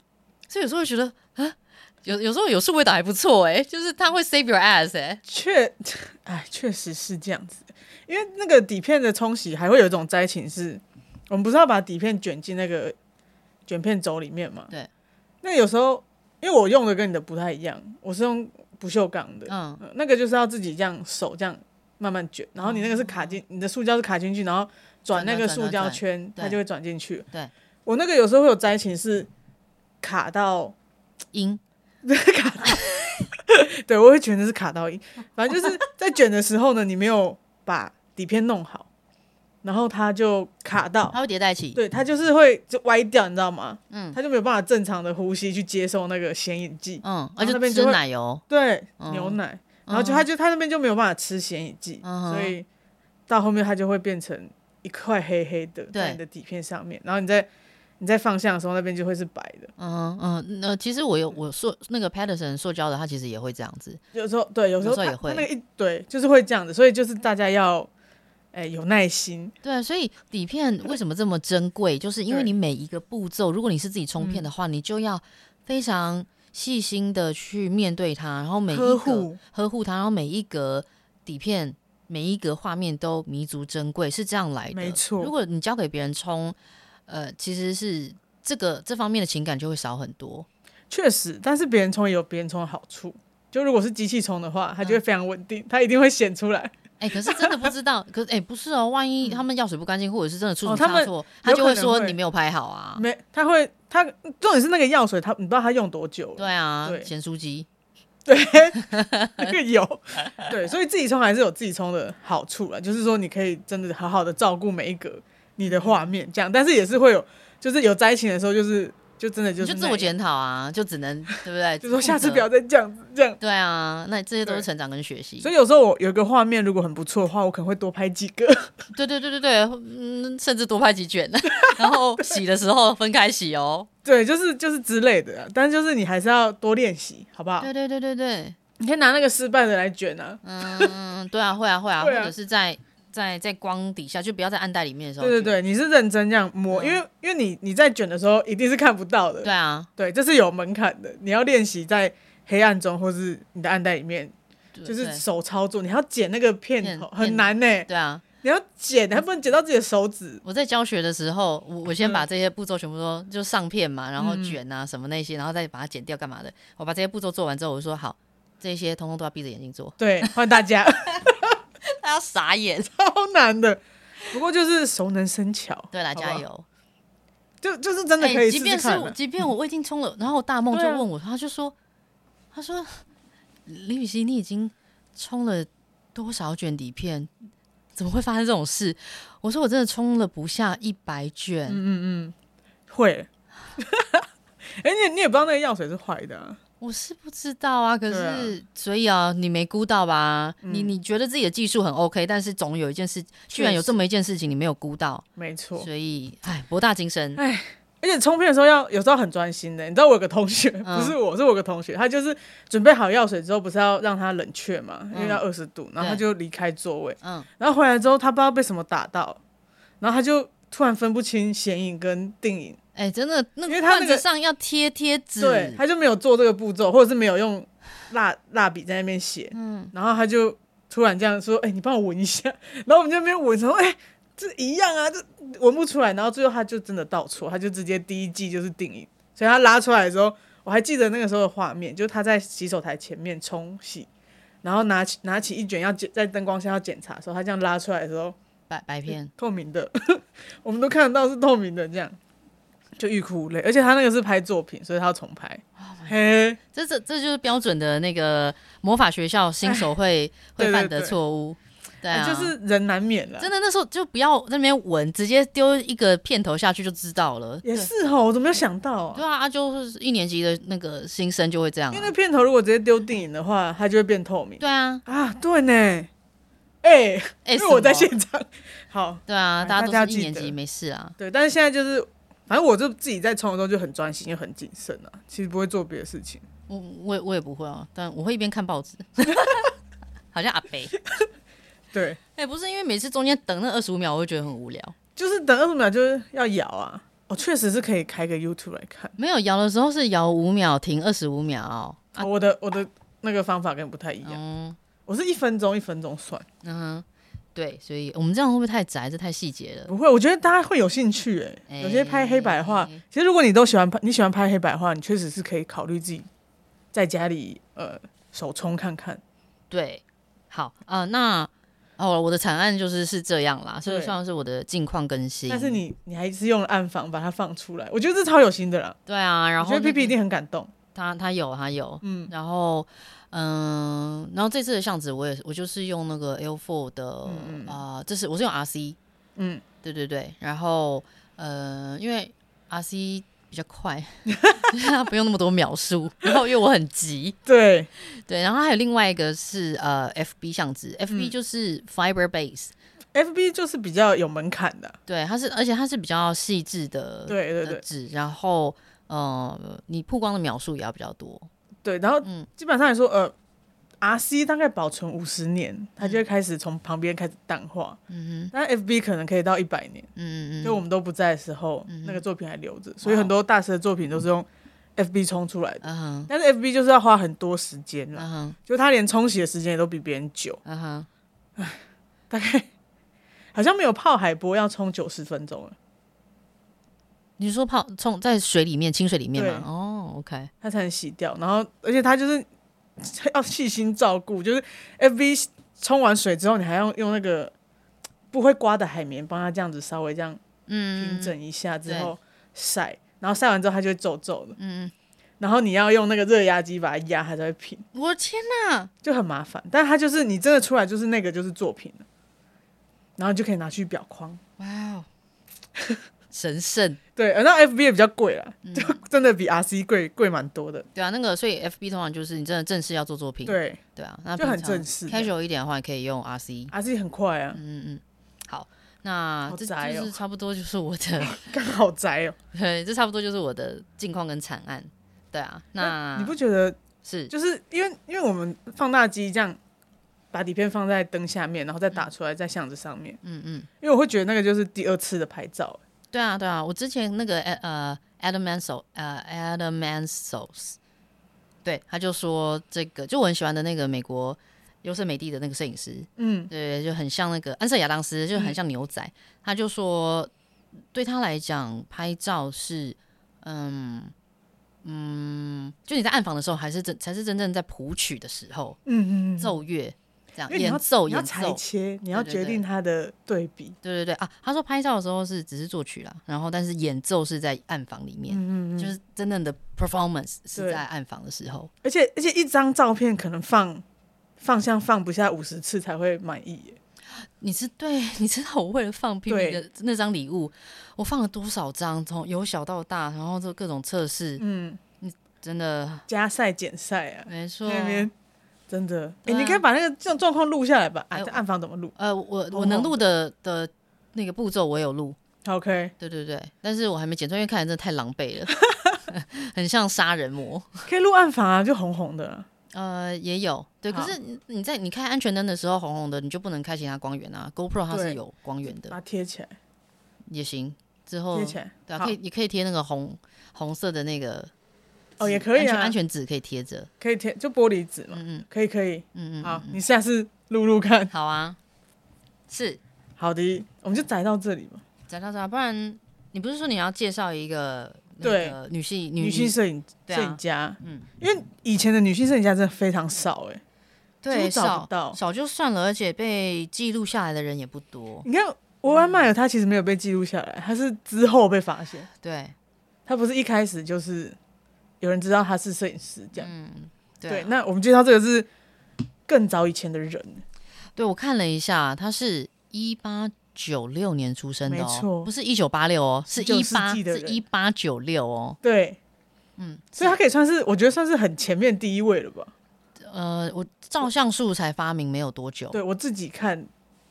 S1: 所以有时候会觉得啊。有有时候有数位档还不错哎、就是他会 save your ass 哎、
S2: 确，哎，确实是这样子，因为那个底片的冲洗还会有一种灾情是，我们不是要把底片卷进那个卷片轴里面嘛？
S1: 对，
S2: 那有时候因为我用的跟你的不太一样，我是用不锈钢的，
S1: 嗯，
S2: 嗯，那个就是要自己这样手这样慢慢卷，然后你那个是卡进、你的塑胶是卡进去，然后哦转那个塑胶圈，
S1: 转
S2: 它就会转进去。
S1: 对，
S2: 我那个有时候会有灾情是卡到，
S1: 音
S2: 对我会觉得是卡到音，反正就是在卷的时候呢，你没有把底片弄好，然后它就卡到，
S1: 它会叠在一起，
S2: 对，它就是会就歪掉，你知道吗？
S1: 嗯
S2: 它就没有办法正常的呼吸去接受那个显影剂，
S1: 嗯，
S2: 然后
S1: 而且
S2: 那边就
S1: 吃
S2: 会
S1: 奶油，
S2: 对，
S1: 嗯
S2: 牛奶，然后就他就他那边就没有办法吃显影剂，
S1: 嗯哼
S2: 所以到后面它就会变成一块黑黑的在
S1: 对
S2: 你的底片上面，然后你在你在放相的时候，那边就会是白的。
S1: 嗯嗯，那、其实我有我塑那个 Patterson 塑胶的，它其实也会这样子。
S2: 有时候对，有时候
S1: 有时候
S2: 它
S1: 也会
S2: 它那个一对，就是会这样子，所以就是大家要哎、有耐心，
S1: 对，啊所以底片为什么这么珍贵，就是因为
S2: 对嗯
S1: 你每一个步骤，如果你是自己冲片的话，你就要非常细心的去面对它，然后每一
S2: 呵
S1: 个
S2: 护
S1: 呵护它，然后每一格底片。每一格画面都弥足珍贵，是这样来的。
S2: 没错
S1: 如果你交给别人冲，呃，其实是这个这方面的情感就会少很多。
S2: 确实，但是别人冲也有别人冲的好处。就如果是机器冲的
S1: 嗯
S2: 话，它就会非常稳定，它一定会显出来。
S1: 哎、可是真的不知道，可是哎、不是哦，万一他们药水不干净，或者是真的出什么
S2: 嗯哦他们
S1: 差错，他就会
S2: 有可
S1: 说
S2: 能会嗯
S1: 你没有拍好啊。
S2: 没，它会，它重点是那个药水，它你不知道它用多久了。
S1: 对啊
S2: 对，
S1: 咸酥鸡，
S2: 那个 有，对，所以自己冲还是有自己冲的好处啦，就是说你可以真的好好的照顾每一个你的画面，这样，但是也是会有，就是有灾情的时候，就是就真的
S1: 你
S2: 就是
S1: 就
S2: 那
S1: 自我，检讨啊，就只 能对不对？
S2: 就说下
S1: 负
S2: 次
S1: 责
S2: 不要。再这样子这样。
S1: 对啊，那这些都是
S2: 对
S1: 成长跟学习
S2: 所。以有时候我有一个画面如果很不错的话，我可能会多拍几个。
S1: 对对对对对，嗯，甚至多拍几卷， 然后洗的时候分开洗哦。
S2: 对，就是就是之类的啊，但就是你还是要多练习，好 不好？
S1: 对嗯对对对对，
S2: 你可以拿那个失败的来卷啊，
S1: 嗯，对啊，会啊会啊，或
S2: 对啊
S1: 者是在在在光底下，就不要在暗袋里面的时候
S2: 对
S1: 去。
S2: 对对，你是认真这样摸，
S1: 嗯
S2: 因为因为你你在卷的时候一定是看不到的，
S1: 对啊，
S2: 对，这是有门槛的，你要练习在黑暗中或是你的暗袋里面，
S1: 对
S2: 就是
S1: 对
S2: 手操作，你还要剪那个片
S1: 片
S2: 头，
S1: 片
S2: 很难呢、欸
S1: 对啊。
S2: 你要剪，还不能剪到自己的手指，
S1: 我在教学的时候，我我先把
S2: 嗯
S1: 这些步骤全部都就上片嘛，然后
S2: 嗯，
S1: 卷啊什么那些，然后再把它剪掉干嘛的。我把这些步骤做完之后，我就说好，这些通通都要闭着眼睛做
S2: 对，换大家，
S1: 大家傻眼。
S2: 超难的。不过就是熟能生巧，
S1: 对啦，
S2: 好不好
S1: 加，油！
S2: 就就是真的
S1: 哎
S2: 可以
S1: 即
S2: 试
S1: 便
S2: 试
S1: 是
S2: 看
S1: 我
S2: 啊。
S1: 即便我我已经冲了，然后大梦就
S2: 对啊
S1: 问我，他就说，他说李雨欣，你已经冲了多少卷底片？怎么会发生这种事？我说我真的冲了不下一百卷，
S2: 会。 哎、你也你也不知道那个药水是坏的、啊，
S1: 我是不知道啊，可
S2: 对啊嗯
S1: 是、所以啊，你没估到吧？你你觉得自己的技术很 OK，但是总有一件事，居然有这么一件事情你没有估到，
S2: 没错。
S1: 所以哎，博大精 深，
S2: 而且冲片的时候要有时候很专心的，你知道我有个同学，
S1: 嗯
S2: 不是我，是我有个同学，他就是准备好药水之后，不是要让它冷却嘛，因为要二十度，然后他就离开座位，
S1: 嗯，
S2: 然后回来之后他不知道被什么打到，然后他就突然分不清显影跟定影，
S1: 哎、真的，那
S2: 因
S1: 个
S2: 为他那
S1: 罐
S2: 个
S1: 子上要贴贴纸，
S2: 对，他就没有做这个步骤，或者是没有用蜡蜡笔在那边写，嗯，然后他就突然这样说：“哎、你帮我闻一下。” 然后我们就在那边闻，说：“哎、这一样啊，这闻不出来。”然后最后他就真的倒错，他就直接第一季就是定义，所以他拉出来的时候，我还记得那个时候的画面，就是他在洗手台前面冲洗，然后拿起拿起一卷要检在灯光下要检查的时候，他这样拉出来的时候，
S1: 白白片，
S2: 透明的，我们都看得到是透明的，这样就欲哭无泪。而且他那个是拍作品，所以他要重拍。
S1: Oh
S2: 嘿，
S1: 这这这就是标准的那个魔法学校新手会
S2: 对
S1: 会
S2: 对
S1: 犯的
S2: 对
S1: 错误，对
S2: 哎
S1: 啊，
S2: 就是人难免啦。
S1: 真的那时候就不要在那边闻，直接丢一个片头下去就知道了，
S2: 也是哦，我怎么没有想到啊
S1: 对？啊，啊就是一年级的那个新生就会这样、
S2: 因
S1: 啊
S2: 为那，片头如果直接丢电影的话，它就会变透明
S1: 对啊，
S2: 啊。对呢，哎、
S1: 哎、
S2: 因为我在
S1: 什么
S2: 现场。好，
S1: 对啊，
S2: 哎
S1: 大
S2: 大家
S1: 家都是一
S2: 记
S1: 年
S2: 得
S1: 级没事啊。
S2: 对，但是现在就是，反正我就自己在冲的时候就很专心，又很谨慎啊，其实不会做别的事情。
S1: 我我也我也不会啊，但我会一边看报纸， 好像阿北。
S2: 对，
S1: 哎、不是因为每次中间等那二十五秒，我会觉得很无聊。
S2: 就是等二十秒就是要咬啊。我、确实是可以开个 YouTube 来看。
S1: 没有摇的时候是摇五秒，停二十五秒。啊，
S2: 哦我的我的那个方法跟你不太一样，
S1: 嗯
S2: 我是一分钟一分钟算，
S1: 嗯哼，对，所以我们这样会不会太宅？这太细节了。
S2: 不会，我觉得大家会有兴趣诶、
S1: 哎
S2: 有些拍黑白的话，其实如果你都喜欢拍，你喜欢拍黑白的话，你确实是可以考虑自己在家里呃手冲看看。
S1: 对，好啊、呃那哦，我的惨案就是是这样啦，所以
S2: 对
S1: 算是我的近况更新。
S2: 但是你你还是用了暗房把它放出来，我觉得这超有心的啦。
S1: 对啊，然
S2: 我
S1: 后
S2: 觉得
S1: 那
S2: P
S1: 个
S2: P 一定很感动。
S1: 他他有他有，
S2: 嗯
S1: 然后嗯、然后这次的相纸我也我就是用那个 L Four 的啊、
S2: 嗯嗯
S1: 呃这是我是用 R C，
S2: 嗯，
S1: 对对对，然后呃，因为 R C 比较 快，他不用那么多秒数，然后因为我很急，
S2: 对，
S1: 对，然后还有另外一个是呃 F B 相纸，F
S2: 嗯
S1: B 就是 Fiber Base，、
S2: F B 就是比较有门槛的啊，
S1: 对，它是而且它是比较细致的
S2: 对对
S1: 的
S2: 对
S1: 纸，然后呃你曝光的秒数也要比较多，
S2: 对。然后
S1: 嗯
S2: 基本上来说，呃，R C 大概保存五十年，它就会开始从旁边开始淡化。
S1: 嗯嗯哼，
S2: 但 F B 可能可以到一百年，
S1: 嗯嗯嗯，
S2: 就我们都不在的时候
S1: 嗯，哦
S2: 那个作品还留着，所以很多大师的作品都是用 F B 冲出来的。
S1: 嗯哼。
S2: 但是 FB 就是要花很多时间啦，
S1: 嗯哼，
S2: 就他连冲洗的时间也都比别人久，
S1: 嗯哼，
S2: 大概 好像没有泡海波要冲九十分钟了，
S1: 你说泡冲在水里面，清水里面
S2: 对
S1: 吗？哦，OK，
S2: 它才能洗掉。然后，而且它就是要细心照顾，就是 FB 冲完水之后，你还要用那个不会刮的海绵帮它这样子稍微这样平
S1: 嗯，
S2: 整一下之
S1: 对
S2: 后晒，然后晒完之后它就会皱皱的，
S1: 嗯，
S2: 然后你要用那个热压机把它压，它才会平，
S1: 我天哪，
S2: 就很麻烦。但它就是你真的出来就是那个就是作品了，然后你就可以拿去裱框。
S1: 哇哦， 神圣，
S2: 对，呃那 FB 也比较贵啦，
S1: 嗯
S2: 就真的比 RC 贵贵蛮多的。
S1: 对啊，那个，所以 FB 通常就是你真的正式要做作品，
S2: 对
S1: 对啊，那
S2: 就很
S1: 平常
S2: 正式的
S1: ，casual 一点的话，你可以用 RC，
S2: ，RC 很快啊，
S1: 嗯嗯，好，那
S2: 好
S1: 这
S2: 宅
S1: 就
S2: 哦
S1: 是差不多就是我的，
S2: 刚好宅哦、
S1: 对，这差不多就是我的近况跟惨案，对啊，那
S2: 你不觉得
S1: 是
S2: 就是因为因为我们放大机这样把底片放在灯下面，然后再打出来在相纸上面，
S1: 嗯嗯，
S2: 因为我会觉得那个就是第二次的拍照。
S1: 对啊对啊，我之前那个呃呃 Adam Mansell 呃 Adam Mansell，对，他就说这个就我很喜欢的那个美国优胜美地的那个摄影师，
S2: 嗯，
S1: 对，就很像那个安瑟亚当斯，就很像牛仔。他就说，对他来讲，拍照是，嗯嗯，就你在暗访的时候，还是真才是真正在谱曲的时候，
S2: 嗯嗯嗯，
S1: 奏乐这样
S2: 因为你要
S1: 演奏
S2: 你要
S1: 演
S2: 裁
S1: 奏。
S2: 切，你要
S1: 对对
S2: 决
S1: 对
S2: 定它的对比。
S1: 对对对啊，他说拍照的时候是只是作曲啦，然后但是演奏是在暗房里面，
S2: 嗯嗯嗯，
S1: 就是真正的 performance 是
S2: 对
S1: 在暗房的时候。
S2: 而且而且一张照片可能放放像放不下五十次才会满意耶。
S1: 你知对，你知道我为了放 P P
S2: 对
S1: 的那张礼物，我放了多少张？从由小到大，然后就各种测试，
S2: 嗯，
S1: 真的
S2: 加赛减赛啊，
S1: 没错。
S2: 那边真的，哎、
S1: 对啊
S2: 你可以把那个这种状况录下来吧？
S1: 哎
S2: 啊，
S1: 我
S2: 这暗房怎么录
S1: 呃，我
S2: 红
S1: 我能录的的那个步骤我有录，
S2: ？OK，
S1: 对对对，但是我还没剪出来，因为看起来真的太狼狈了， 很像杀人魔。
S2: 可以录暗房啊，就红红的啊。
S1: 呃，也有对，可
S2: 好
S1: 是你你在你开安全灯的时候，红红的，你就不能开其他光源啊。GoPro 它是
S2: 对
S1: 有光源
S2: 把
S1: 的，
S2: 它贴起来，
S1: 也行。之后
S2: 贴起来，
S1: 对啊，
S2: 好
S1: 可以你可以贴那个红红色的那个
S2: 哦，
S1: 纸
S2: 也可以
S1: 安全
S2: 啊，
S1: 安全纸可以贴着。
S2: 可以贴，就玻璃纸嘛，
S1: 嗯嗯
S2: 可以可以。
S1: 嗯嗯，
S2: 好，你下次录录看。
S1: 好啊，是
S2: 好的，我们就宅到这里嘛。
S1: 讲到这啊，不然你不是说你要介绍一个那
S2: 对
S1: 个女性
S2: 女性摄影
S1: 对啊
S2: 摄影家，
S1: 嗯
S2: 嗯，因为以前的女性摄影家真的非常少哎、几
S1: 对，
S2: 乎找不
S1: 少
S2: 到
S1: 少就算了，而且被记录下来的人也不多。
S2: 你看维安迈尔，他其实没有被记录下来，他是之后被发现，
S1: 对，
S2: 他不是一开始就是有人知道他是摄影师这样。
S1: 嗯，对啊
S2: 对，那我们介绍这个是更早以前的人，
S1: 对我看了一下，他是一八九六年出生的、哦，
S2: 没错
S1: 不是一九八六哦，是一
S2: 19世
S1: 八
S2: 纪的
S1: 是
S2: 人
S1: 一八九六哦。
S2: 对，
S1: 嗯，
S2: 所以他可以算是我觉得算是很前面第一位了吧。
S1: 呃，我照相术才发明没有多久，
S2: 对我自己看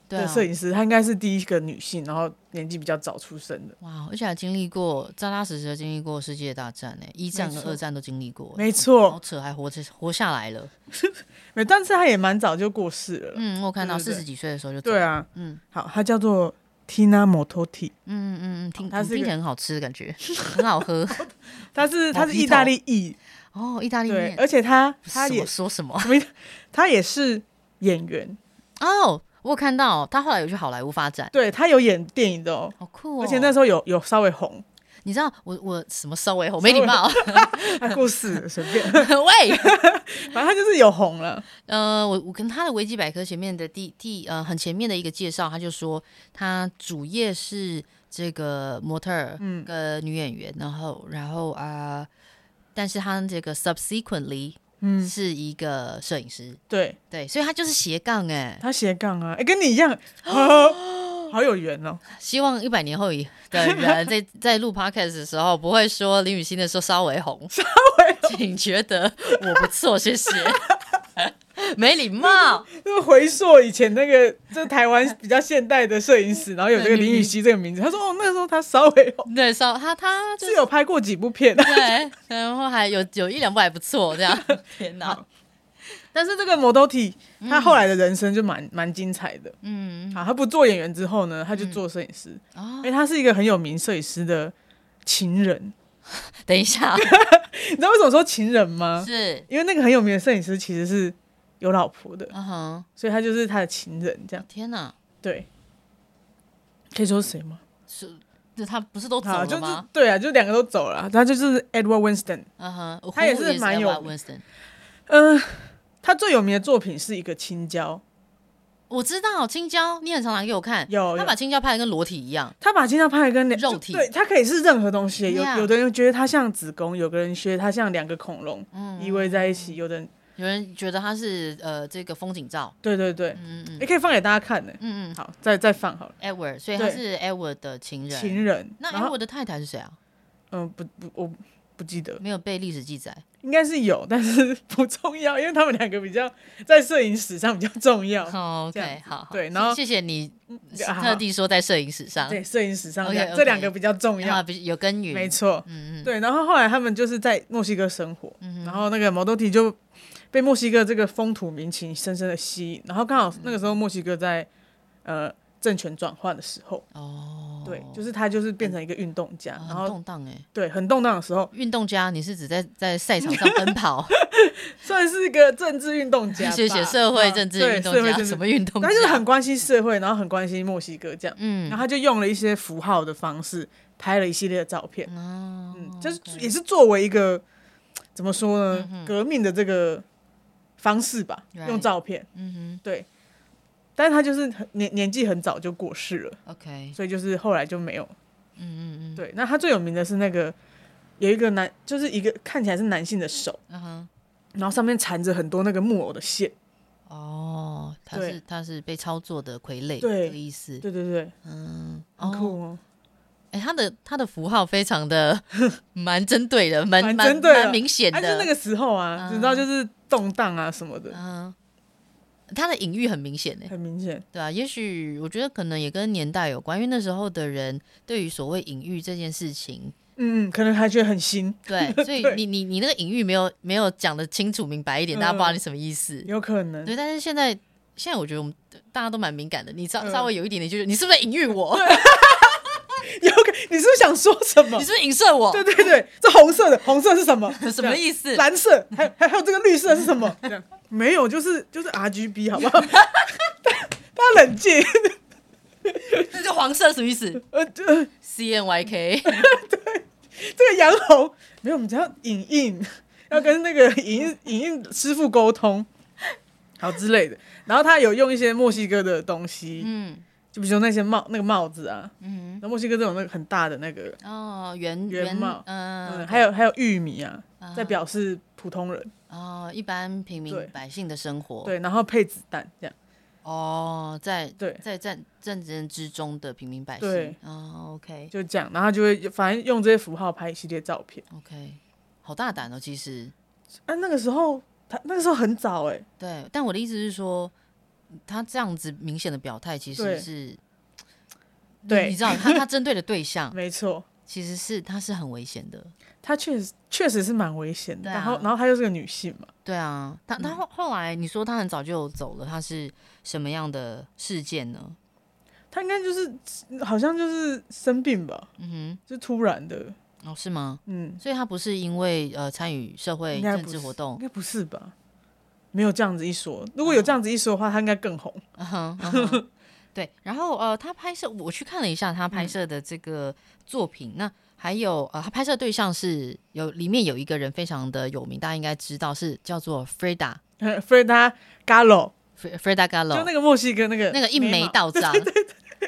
S1: 对
S2: 的
S1: 啊，
S2: 摄影师，他应该是第一个女性，然后年纪比较早出生的。
S1: 哇，而且还经历过扎扎实实的经历过世界大战呢，一战
S2: 没
S1: 跟
S2: 错
S1: 二战都经历过，
S2: 没
S1: 好
S2: 错，
S1: 扯，还活着活下来了。
S2: 没，但是他也蛮早就过世了啦。
S1: 嗯，我看到
S2: 对对
S1: 四
S2: 对
S1: 十几岁的时候就走
S2: 对啊，
S1: 嗯
S2: 好，他叫做 Tina Mototi，
S1: 嗯嗯嗯，听
S2: 它是
S1: 听
S2: 一个
S1: 起来很好吃的感觉， 很好喝。
S2: 他是他是
S1: Mojito
S2: 意大利裔，
S1: 哦，意大利
S2: 对，
S1: 面，
S2: 而且他他
S1: 什
S2: 也
S1: 么说什么？
S2: 他也是演员，
S1: 哦，我有看到他后来有去好莱坞发展，
S2: 对他有演电影的哦，
S1: 好酷哦！
S2: 而且那时候有有稍微 红，
S1: 你知道我我什么收尾我没礼貌，
S2: 他故事随便，
S1: 喂，
S2: 反正他就是有红了。
S1: 呃，我我跟他的维基百科前面的第第呃很前面的一个介绍，他就说他主业是这个模特儿
S2: 嗯
S1: 跟女演员，然后然后啊、呃但是他这个 subsequently
S2: 嗯，
S1: 是一个摄影师，
S2: 对
S1: 对，所以他就是斜杠哎、
S2: 他斜杠啊，哎、跟你一 样，好好有缘哦。
S1: 希望一百年后以的人在 在录 podcast 的时候，不会说林雨欣的时候稍微红，稍微，请觉得我不错，谢 谢，没礼貌。
S2: 就是回溯以前那个，就台湾比较现代的摄 影师，然后有这个林雨熙这个名字，他说哦，那时候他稍微红，
S1: 对，稍他他就是
S2: 有拍过几部片。啊
S1: 对，然后还有有一两部还不错，这样。天哪，
S2: 但是这个 Modoti 他后来的人生就蛮蛮精彩的。
S1: 嗯，
S2: 好，他不做演员之后呢，他就做摄影师。
S1: 哦
S2: 哎、他是一个很有名摄影师的情人，
S1: 等一下，
S2: 你知道为什么说情人吗？
S1: 是，
S2: 因为那个很有名的摄影师其实是有老婆的，
S1: 嗯哼，
S2: 所以他就是他的情人，这样
S1: 天哪，
S2: 对。可以说是谁吗？
S1: 是，就他不是都走
S2: 好，
S1: 了
S2: 就是
S1: 吗？
S2: 对啊，就两个都走了啊，他就是 Edward Winston。
S1: 嗯哼，我
S2: 他也
S1: 忽
S2: 是
S1: 略
S2: 蛮有
S1: Edward
S2: 名
S1: Winston
S2: 嗯、他最有名的作品是一个青椒，
S1: 我知道青椒，你很常拿给我看，
S2: 有
S1: 他
S2: 有
S1: 把青椒拍的跟裸体一样，
S2: 他把青椒拍的跟
S1: 肉体
S2: 对，他可以是任何东西。有
S1: Yeah
S2: 有的人觉得他像子宫，有个人觉得他像两个恐龙
S1: 嗯
S2: 依偎在一起，有的人
S1: 有人觉得他是呃这个风景照，
S2: 对对对，
S1: 嗯嗯
S2: 也可以放给大家看呢。
S1: 嗯
S2: 好，再再放好了。
S1: 嗯，Edward，所以他
S2: 对
S1: 是 Edward 的情人。
S2: 情人，
S1: 那
S2: 然后
S1: Edward 的太太是谁啊？
S2: 嗯，不不，我不记得，
S1: 没有被历史记载。
S2: 应该是有，但是不重要，因为他们两个比较在摄影史上比较 重要。
S1: 哦
S2: 这样
S1: OK，
S2: 子
S1: 好，好
S2: 对然后
S1: 谢谢你
S2: 啊好
S1: 特地说在摄影史上，
S2: 对，摄影史上
S1: OK，OK
S2: 这两个比较重
S1: 然后
S2: 要，
S1: 不是有耕耘，
S2: 没错。
S1: 嗯嗯，嗯
S2: 对，然后后来他们就是在墨西哥生活，然后那个毛多提就被墨西哥这个风土民情深深的吸引。然后刚好那个时候墨西哥在呃政权转换的时候，
S1: 哦，
S2: 对，就是他就是变成一个运动家，
S1: 很
S2: 然后
S1: 动荡哎。
S2: 对很动荡的时候，
S1: 运动家，你是指在在赛场上奔跑，
S2: 算是一个政治运动家吧，
S1: 写写社会
S2: 嗯
S1: 政治
S2: 对
S1: 运动
S2: 社会
S1: 家，
S2: 政治
S1: 什么运动家？
S2: 他就是很关心社会，然后很关心墨西哥这样。
S1: 嗯
S2: 然后他就用了一些符号的方式拍了一系列的照片，
S1: 哦，嗯
S2: 嗯，就是也是作为一个怎么说呢，革命的这个方式吧，
S1: Right
S2: 用照片，
S1: 嗯
S2: 对。但是他就是很年年纪很早就过世了，
S1: 哼，OK，
S2: 所以就是后来就没有。
S1: 嗯嗯嗯，
S2: 对，那他最有名的是那个有一个男，就是一个看起来是男性的手，
S1: 嗯哼，
S2: 然后上面缠着很多那个木偶的线。
S1: 哦，他
S2: 对
S1: 是他是被操作的傀儡，
S2: 对
S1: 这个意思，
S2: 对对对，
S1: 嗯，
S2: 很
S1: 哦
S2: 酷哦。
S1: 哎、他的他的符号非常的 蛮针对的，蛮
S2: 蛮
S1: 蛮
S2: 针对的
S1: 蛮明显
S2: 哎，就
S1: 的。
S2: 那个时候啊，
S1: 嗯
S2: 你知道就是动荡啊什么的，
S1: 嗯，他的隐喻很明显呢，
S2: 很明显。
S1: 对啊，也许我觉得可能也跟年代有关，因为那时候的人对于所谓隐喻这件事情，
S2: 嗯，嗯，可能还觉得很新，
S1: 对，所以你你你那个隐喻没有没有讲的清楚明白一点，
S2: 嗯
S1: 大家不知道你什么意思。
S2: 有可能。
S1: 对，但是现在现在我觉得我们大家都蛮敏感的，你稍
S2: 嗯
S1: 稍微有一点点就是你是不是在隐喻我，
S2: 有可，你是不是想说什么
S1: 你？是不是影射我，
S2: 对对对，这红色的， 红色是什么？
S1: 什么意思？嗯
S2: 蓝色，还有还有还有这个绿色是什么？这样没有，就是就是 R G B，好不好？ 大大家冷静，
S1: 那就黄色什么意思
S2: 呃，呃
S1: ？C N Y K。
S2: 这个杨红没有，我们只要影印，要跟那个影印影印师傅沟通，好之类的。然后他有用一些墨西哥的东西，
S1: 嗯
S2: 就比如说那些帽那个帽子啊，
S1: 嗯
S2: 然后墨西哥这种那个很大的那个，
S1: 哼，哦，圆
S2: 圆帽
S1: 嗯，
S2: 嗯，还有还有玉米啊，
S1: 啊
S2: 在表示普通人，
S1: 哦，一般平
S2: 对
S1: 民百姓的生活，，
S2: 对，然后配子弹这样，
S1: 哦，在
S2: 对
S1: 在战战争之中的平民百姓，
S2: 对
S1: 哦，OK
S2: 就这样，然后就会反正用这些符号拍一系列照片。
S1: OK，好大胆哦，其实
S2: 啊，那个时候他那个时候很早哎、
S1: 对，但我的意思是说，他这样子明显的表态其
S2: 对
S1: 实是。
S2: 对
S1: 你知道 他他针对的对象
S2: 没错，
S1: 其实是他是很危险的，
S2: 他确实确实是蛮危险的。
S1: 对啊
S2: 然后然后她又是个女性嘛，
S1: 对啊，他
S2: 嗯
S1: 他后后来你说他很早就走了，他是什么样的事件呢？
S2: 她应该就是好像就是生病吧，
S1: 嗯
S2: 就突然的，
S1: 哼，哦是吗？
S2: 嗯，
S1: 所以他不是因为呃参与社会
S2: 应该
S1: 政
S2: 不
S1: 治
S2: 是
S1: 活
S2: 应
S1: 动，
S2: 该不是吧？没有这样子一说，如果
S1: 哦
S2: 有这样子一说的话，她应该更红。
S1: 嗯哼嗯哼对。然后呃，他拍摄我去看了一下他拍摄的这个作品，那还有呃，他拍摄对象是有里面有一个人非常的有名，大家应该知道是叫做 Freda
S2: Freda Gallo，
S1: Fre- Freda
S2: 就
S1: Gallo，
S2: 那个墨西哥那个
S1: 那个一
S2: 眉
S1: 枚
S2: 毛
S1: 道 长，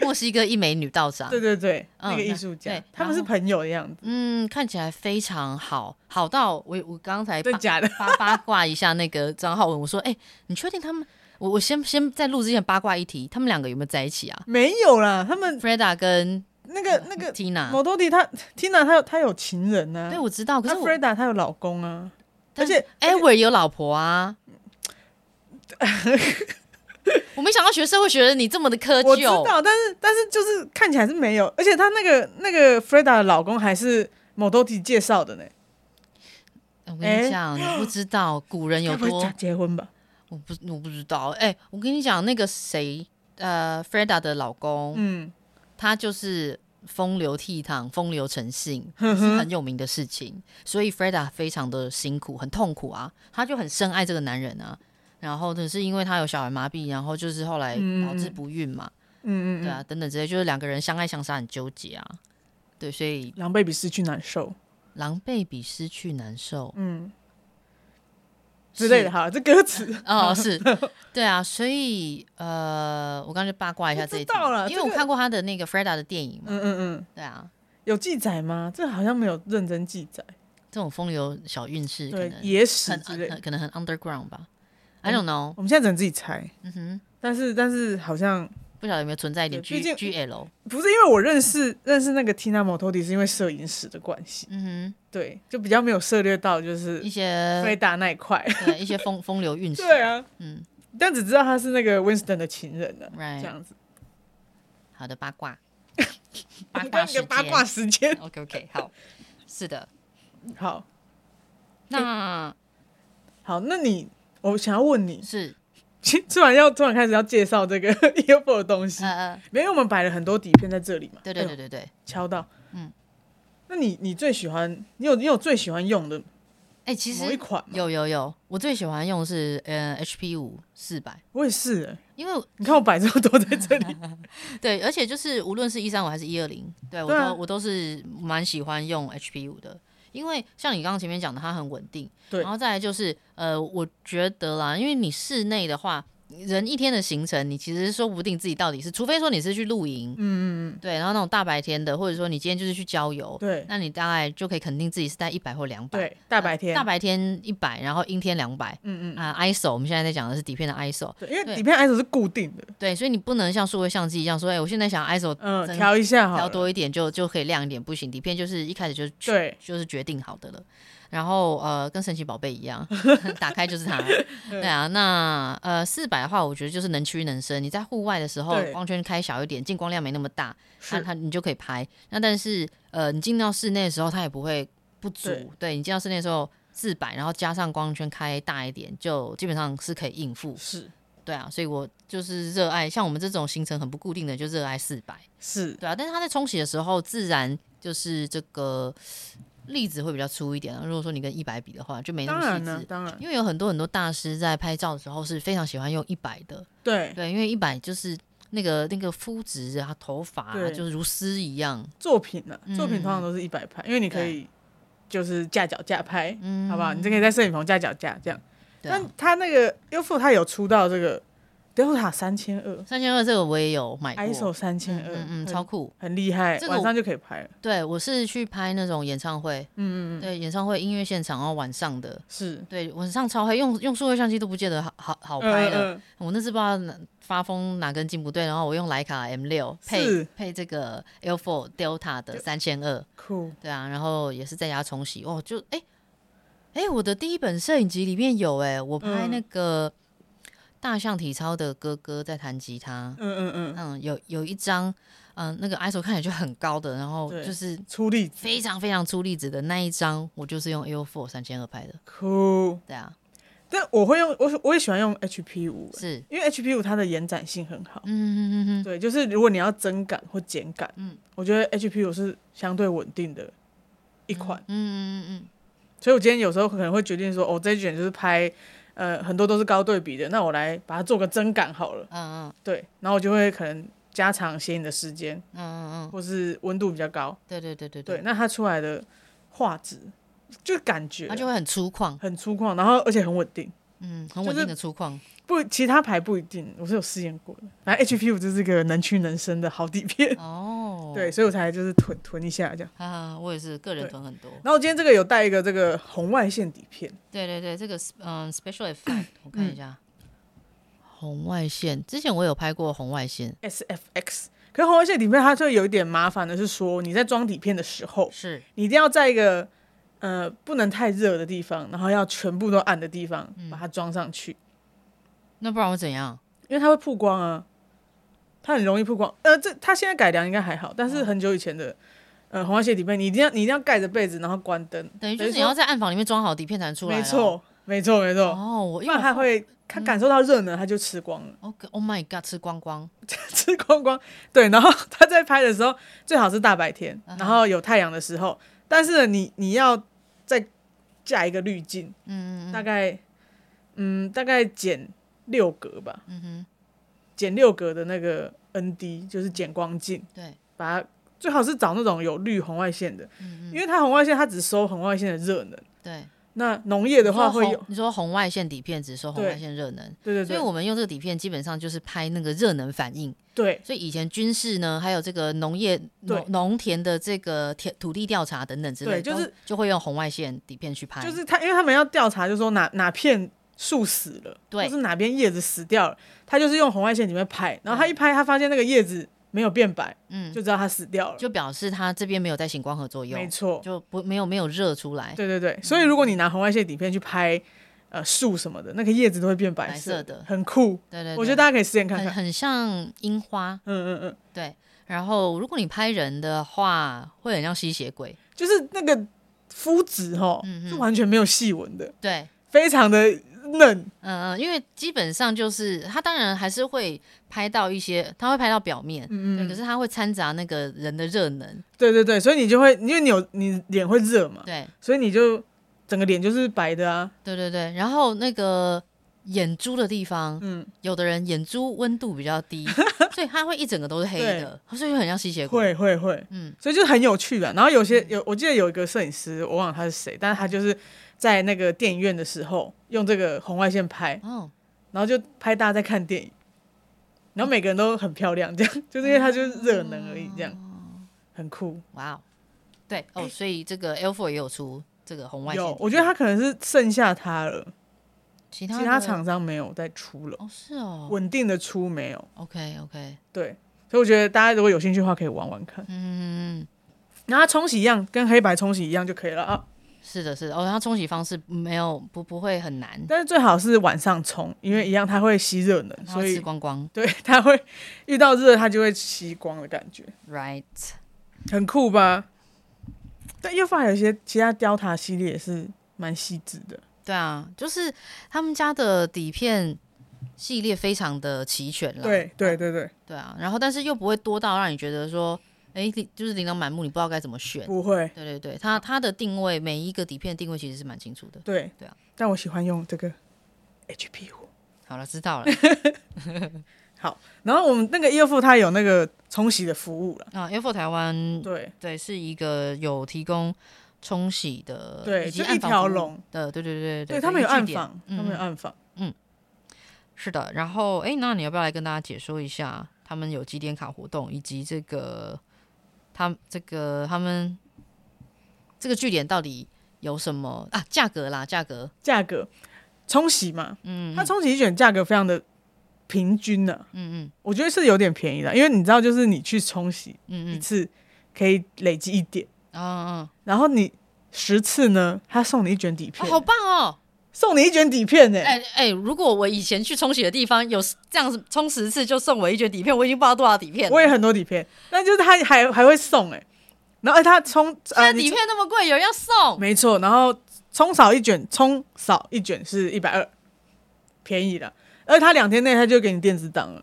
S1: 墨西哥一枚女道长
S2: 对，对对，
S1: 嗯
S2: 那个艺术
S1: 那
S2: 家
S1: 对，
S2: 他们是
S1: 然后
S2: 朋友的样子，
S1: 嗯，看起来非常好，好到我我刚才
S2: 真
S1: 扒
S2: 假的？
S1: 八八卦一下那个张浩文，我说哎、你确定他们？我我先先在录之前八卦一题，他们两个有没有在一起啊？
S2: 没有啦，他们
S1: Freda 跟
S2: 那个 那个
S1: Tina，
S2: 摩多蒂他 Tina 他有他有情人呢、
S1: 对
S2: 啊，
S1: 我知哦道，可
S2: 那
S1: 是我
S2: Freda 他有老公啊，
S1: 但
S2: 而且
S1: Edward 有老婆 啊。我没想到学社会学的你这么的窠
S2: 我知
S1: 臼，
S2: 道，但是但是就是看起来是没有，而且他那个那个 Freda 的老公还是摩多蒂介绍的呢，
S1: 我跟你讲，你不知道古人有
S2: 该不会
S1: 多
S2: 假，结婚吧？
S1: 我不我不知道。哎，我跟你讲，那个谁，呃，Freda 的老公，
S2: 嗯，
S1: 他就是风流倜傥、风流成 性，是很有名的事情。所以 Freda 非常的辛苦，很痛苦啊，他就很深爱这个男人啊。然后只是因为他有小儿麻痹，然后就是后来导致不孕嘛。
S2: 嗯嗯嗯
S1: 对
S2: 嗯，
S1: 啊，等等之类，就是两个人相爱相杀很纠结啊。对，所以
S2: 狼狈比失去难受，
S1: 狼狈比失去难受
S2: 嗯之类的
S1: 是
S2: 哈，这歌词
S1: 哦，是，对啊，所以呃，我刚才就八卦一下这一题
S2: 我知道了，
S1: 因为我
S2: 这个
S1: 看过他的那个 Freda 的电影嘛，
S2: 嗯嗯嗯，
S1: 对啊，
S2: 有记载吗？这好像没有认真记载，
S1: 这种风流小韵事可
S2: 对，
S1: 能
S2: 野史
S1: 很呃
S2: 之类的嗯
S1: 很可能很 underground 吧，I don't know，
S2: 我们现在只能自己猜，
S1: 嗯哼，
S2: 但是但是好像
S1: 不晓得有没有存在一点
S2: 对毕
S1: G
S2: 竟
S1: GL，
S2: 不是因为我认识认识那个 Tina Motodi 是因为摄影史的关系，
S1: 嗯
S2: 对，就比较没有涉猎到就
S1: 哼，
S2: 是
S1: 一
S2: 飞
S1: 些
S2: 达那一块，
S1: 对一些风风流韵事，
S2: 呃对啊，
S1: 嗯哎
S2: 但只知道他是那个 Winston 的情人呢、这
S1: ，right，
S2: 样子。
S1: 好的八 卦，
S2: 我
S1: 八
S2: 们
S1: 卦
S2: 刚一
S1: 时
S2: 个八
S1: 间
S2: 卦时间，
S1: ，OK OK，好， 是的，
S2: 好
S1: 那。
S2: 好，那你我想要问你，
S1: 是，
S2: 突然要突然开始要介绍这个 E UFO 的东西，
S1: 嗯嗯，
S2: 没有，因为我们摆了很多底片在这里嘛。
S1: 对对
S2: 哎
S1: 对
S2: 呦，
S1: 对对。
S2: 敲到，嗯
S1: 嗯。
S2: 那你你最喜欢，你有你有最喜欢用的
S1: 哎，其
S2: 某一
S1: 实
S2: 款吗？
S1: 有有有，我最喜欢用的是呃 HP 五四百，
S2: 我也是、哎
S1: 因为
S2: 你看我摆这么多在 这里，
S1: 对，而且就是无论是一三五还是一二零，对我
S2: 对啊
S1: 都我都是蛮喜欢用 HP 五的，因为像你刚刚前面讲的，它很稳定。
S2: 对
S1: 然后再来就是呃，我觉得啦，因为你室内的话，人一天的行程，你其实说不定自己到底是，除非说你是去露营，
S2: 嗯嗯嗯，
S1: 对，然后那种大白天的，或者说你今天就是去郊游，
S2: 对
S1: 那你大概就可以肯定自己是带一百或两百。
S2: 对，大白天，
S1: 大白天一百，然后阴天两百。
S2: 嗯嗯，
S1: 啊，ISO，我们现在在讲的是底片的 ISO，
S2: 对，因为
S1: 对
S2: 底片 ISO 是固定的，
S1: 对，所以你不能像数位相机一样说，哎、我现在想 ISO
S2: 嗯，
S1: 增
S2: 调一下好
S1: 调
S2: 了，
S1: 多一点就就可以亮一点，不行，底片就是一开始就
S2: 对
S1: 就是决定好的了。然后呃，跟神奇宝贝一样， 打开就是 它。对啊，那呃四百的话，我觉得就是能屈能伸。你在户外的时候
S2: 对，
S1: 光圈开小一点，进光量没那么大，那
S2: 是，
S1: 它你就可以拍。那但是呃，你进到室内的时候，它也不会不足。
S2: 对
S1: 对你进到室内的时候，四百，然后加上光圈开大一点，就基本上是可以应付。
S2: 是
S1: 对啊，所以我就是热爱像我们这种行程很不固定的，就热爱四百。
S2: 是，
S1: 对啊，但是它在冲洗的时候，自然就是这个粒子会比较粗一点啊。如果说你跟一百比的话，就没那
S2: 当
S1: 么
S2: 然
S1: 细
S2: 呢
S1: 致，。
S2: 当然，
S1: 因为有很多很多大师在拍照的时候是非常喜欢用一百的，
S2: 对，
S1: 对，因为一百就是那个那个肤质啊、头发啊，
S2: 对
S1: 就是如丝一样，
S2: 作品呢、
S1: 嗯
S2: 作品通常都是一百拍，因为你可以就是架脚架拍，
S1: 嗯，
S2: 好不好？你就可以在摄影棚架脚架这样。
S1: 对啊
S2: 但他那个 UFO 他有出到这个 Delta 三千二
S1: 三千二这个我也有买过，
S2: ，ISO 三千
S1: 嗯嗯
S2: 二，
S1: 嗯，
S2: 很
S1: 超酷。
S2: 很厉害，
S1: 这个我
S2: 晚上就可以拍了。
S1: 对我是去拍那种演唱会，
S2: 嗯嗯嗯，
S1: 对演唱会音乐现场，然后晚上的，
S2: 是
S1: 对晚上超黑，用用数位相机都不见得好好好
S2: 好
S1: 拍了。
S2: 嗯
S1: 我那次不知道哪发疯哪根筋不对，然后我用徕卡 M 六
S2: 是
S1: 配配这个 L4 Delta 的三千二，
S2: 酷，
S1: 对啊，然后也是在家冲洗哦，就哎哎、我的第一本摄影集里面有哎、我拍
S2: 嗯
S1: 那个大象体操的哥哥在弹吉他，
S2: 嗯嗯嗯，
S1: 嗯，有有一张嗯、那个 ISO 看起来就很高的，然后
S2: 对
S1: 就是
S2: 出力
S1: 非常非常粗粒子的那一张，我就是用 L4 三千二拍的，
S2: 酷。
S1: 对啊，
S2: 但我会用，我我也喜欢用 HP 五，
S1: 是，
S2: 因为 HP 五它的延展性很好。
S1: 嗯嗯嗯嗯，
S2: 对，就是如果你要增感或减感，嗯
S1: 嗯，
S2: 我觉得 HP 我是相对稳定的一款，
S1: 嗯嗯嗯嗯。
S2: 所以我今天有时候可能会决定说，哦，这一卷就是拍，呃，很多都是高对比的，那我来把它做个增感好了，
S1: 嗯嗯
S2: 对，然后我就会可能加长显影的时间，
S1: 嗯嗯嗯，
S2: 或是温度比较高，
S1: 对对对对
S2: 对，，那它出来的画质就感觉
S1: 它就会很粗犷，
S2: 很粗犷，然后而且很稳定。
S1: 嗯，很稳定的粗犷。
S2: 不，其他牌不一定，我是有试验过的。反正 HP 五就是个能屈能伸的好底片，
S1: 哦，
S2: 对，所以我才就是囤囤一下这样。
S1: 啊，我也是个人
S2: 对
S1: 囤很多。
S2: 然后今天这个有带一个这个红外线底片，
S1: 对对对，这个是嗯，special effect，我 看一下，红外线，之前我有拍过红外线，
S2: SFX。可是红外线底片它就有一点麻烦的是说，你在装底片的时候，
S1: 是
S2: 你一定要在一个呃不能太热的地方，然后要全部都暗的地方把它装上去，
S1: 那不然会怎样？
S2: 因为它会曝光啊，它很容易曝光。呃，这它现在改良应该还好，但是很久以前的呃红外线底片，你一定要你一定要盖着被子，然后关灯，
S1: 等于就是你
S2: 说
S1: 要在暗房里面装好底片才能出来。
S2: 没。错没错没错，
S1: 哦，我
S2: 不
S1: 因为
S2: 然它会它感受到热呢，它就吃光了。
S1: ，OK，Oh my God，吃光光，
S2: 吃光光。对，然后他在拍的时候最好是大白天，
S1: 嗯
S2: 然后有太阳的时候，但是呢你你要再架一个滤镜，
S1: 嗯嗯
S2: 大概嗯大概减六格吧，嗯哼，减六格的那个 ND 就是减光镜，
S1: 嗯，对，
S2: 把它。最好是找那种有绿红外线的，
S1: 嗯
S2: 因为它红外线它只收红外线的热能，
S1: 对。
S2: 那农业的话
S1: 你说
S2: 会
S1: 红
S2: 有，
S1: 你说红外线底片只收红
S2: 对
S1: 外线热能，
S2: 对对
S1: 所以
S2: 对，
S1: 我们用这个底片基本上就是拍那个热能反应。
S2: 对
S1: 所以以前军事呢，还有这个农业、
S2: 对
S1: 农农田的这个田土地调查等等之类，
S2: 对就是
S1: 都就会用红外线底片去拍，
S2: 就是他，因为他们要调查，就是说哪哪片树死了，
S1: 对
S2: 或是哪边叶子死掉了，他就是用红外线里面拍，然后他一拍，他发现那个叶子没有变白，
S1: 嗯，
S2: 就知道它死掉了。
S1: 就表示它这边没有在行光合作
S2: 没
S1: 用，
S2: 错，
S1: 就哎嗯不没有没有热出来，
S2: 对对对。所以如果你拿红外线底片去拍呃树什么的，那个叶子都会变白
S1: 白色的
S2: 很酷。
S1: 对对对，
S2: 我觉得大家可以试验看
S1: 很
S2: 看。
S1: 很像樱花，
S2: 嗯嗯嗯，
S1: 对。然后如果你拍人的话，会很像吸血鬼，嗯
S2: 就是那个肤质哈，是完全没有细纹的，
S1: 对
S2: 非常的嫩，
S1: 嗯、嗯，因为基本上就是它，当然还是会拍到一些，它会拍到表面，
S2: 嗯
S1: 对，可是它会掺杂那个人的热能，
S2: 对对对，所以你就会，因为你有你脸会热嘛，
S1: 对，
S2: 所以你就整个脸就是白的啊，
S1: 对对对。然后那个眼珠的地方，
S2: 嗯，
S1: 有的人眼珠温度比较 低，所以它会一整个都是黑的，所以就很像吸血鬼。
S2: 会会会，
S1: 嗯，
S2: 所以就是很有趣啊的。然后有些有，我记得有一个摄影师，我忘了他是谁，但是他就是在那个电影院的时候用这个红外线拍，
S1: 哦，
S2: 然后就拍大家在看电影，然后每个人都很漂亮，这样 就是因为他就是热能而已，这样
S1: 哦
S2: 很酷。
S1: 哇哦，对哦，所以这个 L Four 也有出这个红外线
S2: 有
S1: 底，片，
S2: 我觉得他可能是剩下他了，
S1: 其他
S2: 其他
S1: 的
S2: 厂商没有再出了，
S1: 哦是哦
S2: 稳定的出没有。
S1: ，OK OK，
S2: 对，所以我觉得大家如果有兴趣的话，可以玩玩看。
S1: 嗯，
S2: 然后它冲洗一样，跟黑白冲洗一样就可以了啊。
S1: 是的是的，哦，它冲洗方式没有不不会很难，
S2: 但是最好是晚上冲，因为一样它会吸热能，
S1: 然后
S2: 所
S1: 吃
S2: 以
S1: 光光
S2: 对它会遇到热它就会吸光的感觉，
S1: ，right。
S2: 很酷吧？但又发现有一些其他雕塔系列也是蛮细致的，
S1: 对啊，就是他们家的底片系列非常的齐全了。
S2: 对对对对，
S1: 对啊，然后但是又不会多到让你觉得说，哎，你就是琳琅满目，你不知道该怎么选。
S2: 不会，
S1: 对对对，它它的定位，每一个底片定位其实是蛮清楚的。
S2: 对
S1: 对啊。
S2: 但我喜欢用这个 HP 五。
S1: 好了，知 道了
S2: 好，然后我们那个叶父它有那个冲洗的服务了，
S1: 啊。F 台湾
S2: 对
S1: 对是一个有提供冲洗的，
S2: 对
S1: 以及
S2: 就
S1: 暗
S2: 一
S1: 房
S2: 条
S1: 服务
S2: 龙
S1: 的，对对对
S2: 对，
S1: 对，
S2: 他们有
S1: 的一
S2: 暗
S1: 个据点嗯
S2: 访，他们有暗访。
S1: 是的，然后哎，那你要不要来跟大家解说一下他们有几点卡活动，以及这个他这个他们这个据点到底有什么啊？价格啦，价格，
S2: 价格冲洗嘛，
S1: 嗯，
S2: 它冲洗卷价格非常的平均呢、
S1: 嗯嗯
S2: 我觉得是有点便宜的，因为你知道，就是你去冲洗一
S1: 嗯
S2: 次可以累积一点，
S1: 嗯，啊
S2: 然后你十次呢，他送你一卷底
S1: 啊，
S2: 片，
S1: 好棒哦！
S2: 送你一卷底片欸呢、
S1: 哎哎，如果我以前去冲洗的地方有这样子冲十次就送我一卷底片，我已经不知道多少底片了。
S2: 我也很多底片，但就是他还还会送哎、然后哎他冲
S1: 那
S2: 呃
S1: 底
S2: 你
S1: 片那么贵，有人要送，
S2: 没错，然后冲扫一卷，冲扫一卷是一百二，便宜了，而他两天内他就给你电子档了，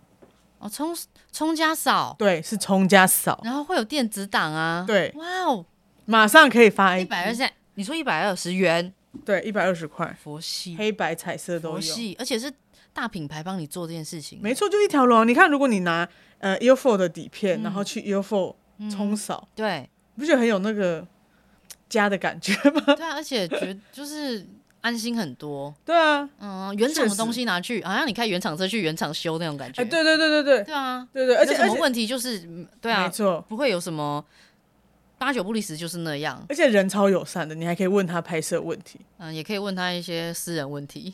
S1: 哦，冲冲加扫，
S2: 对，是冲加扫，
S1: 然后会有电子档啊。
S2: 对哎嗯
S1: 哇哦，
S2: 马上可以发
S1: 一
S2: A，
S1: 百二十，你说一百二十元，
S2: 对，一百二十块。
S1: 佛系
S2: 黑白彩色都
S1: 佛
S2: 有，
S1: 系，而且是大品牌帮你做这件事情，
S2: 没错，就一条龙啊。你看，如果你拿呃 u f o 的底
S1: 嗯
S2: 片，然后去 u f o 冲扫，
S1: 对
S2: 你不觉得很有那个家的感觉吗？
S1: 对啊，而且觉就是安心很 多。
S2: 对啊，
S1: 嗯，原厂的
S2: 确实
S1: 东西拿去，好像你开原厂车去原厂修那种感觉。
S2: 哎、对对对对对
S1: 对啊，
S2: 对对，而且
S1: 有什
S2: 而
S1: 么
S2: 且
S1: 问题就是，嗯对
S2: 没
S1: 啊，
S2: 错，
S1: 不会有什么八九不离十，就是那样。
S2: 而且人超友善的，你还可以问他拍摄问题。
S1: 嗯，也可以问他一些私人问 题，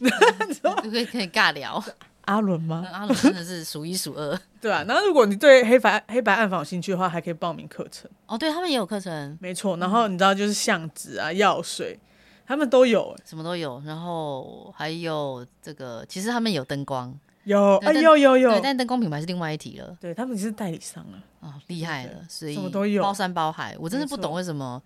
S1: 就可以可以尬聊。
S2: 阿伦
S1: 嗯
S2: 吗？
S1: 阿龙真的是数一数 二。
S2: 对啊，然后如果你对黑白黑白暗房有兴趣的话，还可以报名课程。
S1: 哦，对他们也有课程，
S2: 没错，
S1: 嗯
S2: 然后你知道就是相纸啊、药水，他们都有、
S1: 什么都有，然后还有这个，其实他们有灯光，
S2: 有
S1: 对
S2: 哎
S1: 但
S2: 有有有
S1: 对，，但灯光品牌是另外一题了。
S2: 对他们只是代理商啊。
S1: 哦，厉害了，所以
S2: 什么都有
S1: 包山包海。我真的
S2: 没
S1: 不
S2: 错
S1: 懂为什么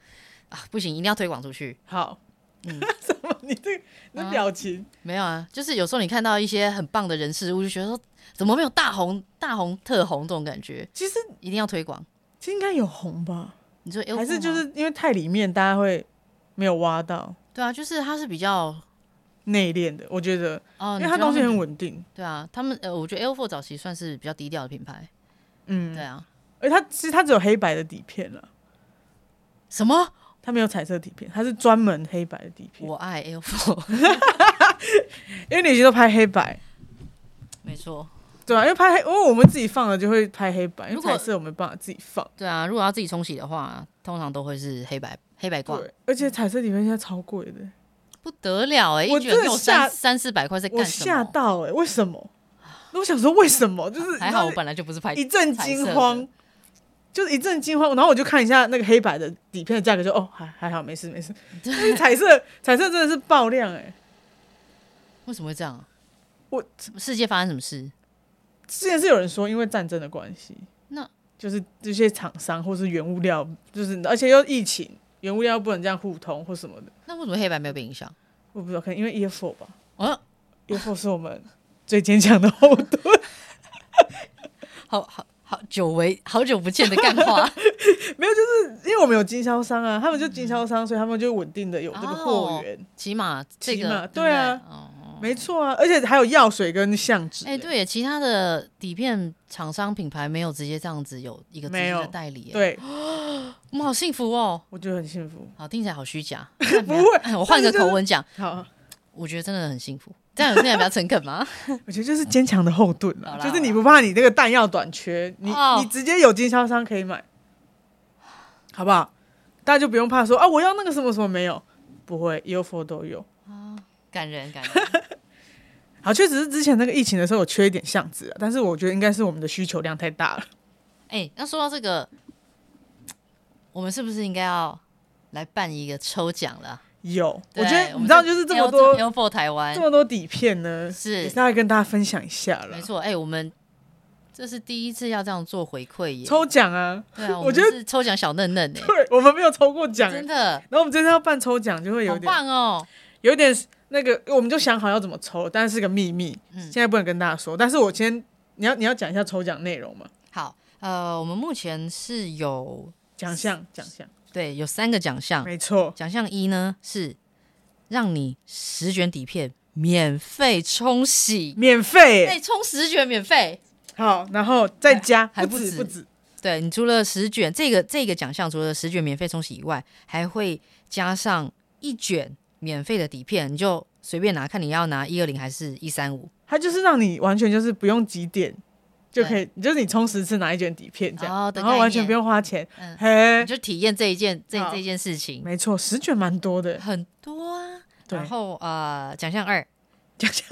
S1: 啊，不行，一定要推广出去。
S2: 好，
S1: 嗯
S2: 什么？你这个你的
S1: 啊
S2: 表情，
S1: 没有啊，就是有时候你看到一些很棒的人事物，就觉得说怎么没有大红、大红特红这种感觉，
S2: 其实
S1: 一定要推广。
S2: 其实应该有红吧？
S1: 你说
S2: 还是
S1: L4
S2: 就
S1: 吗
S2: 是因为太里面，大家会没有挖到
S1: 对啊，就是它是比较
S2: 内敛的。我觉得，
S1: 哦，
S2: 因
S1: 你觉
S2: 为它
S1: 得
S2: 东西
S1: 们
S2: 很稳定，
S1: 对啊，他们呃，我觉得 L4 早期算是比较低调的品牌。对
S2: 嗯，
S1: 啊，
S2: 而它其实它只有黑白的底片了，
S1: 什么？
S2: 它没有彩色底片，它是专门黑白的底片，
S1: 我爱 L4，
S2: 因为你以前都拍黑白。
S1: 没错。
S2: 对啊，因为拍黑，因为我们自己放了就会拍黑白，因为
S1: 如果
S2: 彩色我没办法自己放。
S1: 对啊，如果要自己冲洗的话，通常都会是黑白黑白挂，
S2: 对，而且彩色底片现在超贵的，
S1: 不得了哎、
S2: 我
S1: 一卷
S2: 真的
S1: 给我
S2: 吓
S1: 三三四百块在
S2: 我
S1: 干什
S2: 吓
S1: 么？
S2: 到哎、欸，为什么？那我想说为什么？就是
S1: 还好我本来就不是拍
S2: 一阵
S1: 彩
S2: 惊
S1: 色的
S2: 慌，就是一阵惊慌。然后我就看一下那个黑白的底片的价格就，哦，还还好，没事 没事。但是彩色彩色真的是爆量哎、
S1: 为什么会这样啊？
S2: 我
S1: 世界发生什么事？
S2: 之前是有人说因为战争的关系，
S1: 那
S2: 就是这些厂商或是原物料，就是而且又疫情，原物料不能这样互通或什么的，
S1: 那为什么黑白没有被影响？
S2: 我不知道，可能因为 EFO E 吧。
S1: 哦，
S2: UFO 是 我们最坚强的后盾。
S1: 好好好，久违好久不见的干话，
S2: 没有，就是因为我们有经销商啊，他们就经销商，所以他们就稳定的有 这个货源。
S1: 哦起码这
S2: 起码
S1: 个
S2: 对啊
S1: 不哦，
S2: 没错啊，而且还有药水跟相纸、欸
S1: 哎、对耶，其他的底片厂商品牌没有直接这样子有一个直
S2: 没
S1: 接
S2: 有
S1: 的代理耶，
S2: 对，
S1: 我们好幸福哦。
S2: 我觉得很幸福。
S1: 好，听起来好虚 假。不
S2: 会，
S1: 我换个
S2: 但是就是
S1: 口吻讲，
S2: 好，
S1: 我觉得真的很幸福。这样有听起来比较诚恳吗？
S2: 我觉得就是坚强的后盾
S1: 好
S2: 啊，
S1: 啦
S2: 就是你不怕你这个弹药短缺，你、
S1: 哦
S2: 你直接有经销商可以买，好不好？大家就不用怕说啊，我要那个什么什么没有，不会，UFO 都有。
S1: 感人，感人。
S2: 好，确实是之前那个疫情的时候有缺一点巷子、啊，但是我觉得应该是我们的需求量太大了。
S1: 哎、那说到这个，我们是不是应该要来办一个抽奖了？
S2: 有，我
S1: 对
S2: 觉得你知道，就是这么多
S1: L- L for 台湾
S2: 这，么多底片呢，
S1: 是
S2: 也是要跟大家分享一下了
S1: 没。错。哎、我们这是第一次要这样做回馈耶。
S2: 抽奖啊，
S1: 对啊，
S2: 我
S1: 我
S2: 觉
S1: 觉
S2: 得
S1: 得是抽奖小嫩嫩哎、
S2: 对我们没有抽过奖欸，
S1: 真的
S2: 然后我们这次要办抽奖，就会有
S1: 好
S2: 点
S1: 棒哦。
S2: 有点那个，我们就想好要怎么抽，但是是个秘密，
S1: 嗯
S2: 现在不能跟大家说。但是我先，你要你要讲一下抽奖内容嘛？
S1: 好，呃，我们目前是有
S2: 奖 项奖项，
S1: 对有三个奖项，
S2: 没错，
S1: 奖项一呢是让你十卷底片免费冲洗，
S2: 免费
S1: 哎、
S2: 欸。
S1: 冲十卷免费。
S2: 好，然后再加，
S1: 还还
S2: 不
S1: 不
S2: 止
S1: 止
S2: 不止，
S1: 对你除了十卷这个这个奖项，除了十卷免费冲洗以外，还会加上一卷免费的底片，你就随便拿，看你要拿一二零还是一三五。
S2: 它就是让你完全就是不用几点。就可以，就是你充十次拿一卷底片这样，
S1: 哦的
S2: 然后完
S1: 概
S2: 全
S1: 念
S2: 不用花钱，
S1: 嗯你
S2: 嘿，
S1: 就体验这一件这
S2: 好
S1: 这件事情
S2: 没错，十卷蛮多的，
S1: 很多啊。
S2: 对
S1: 然后呃，奖项二。
S2: 奖项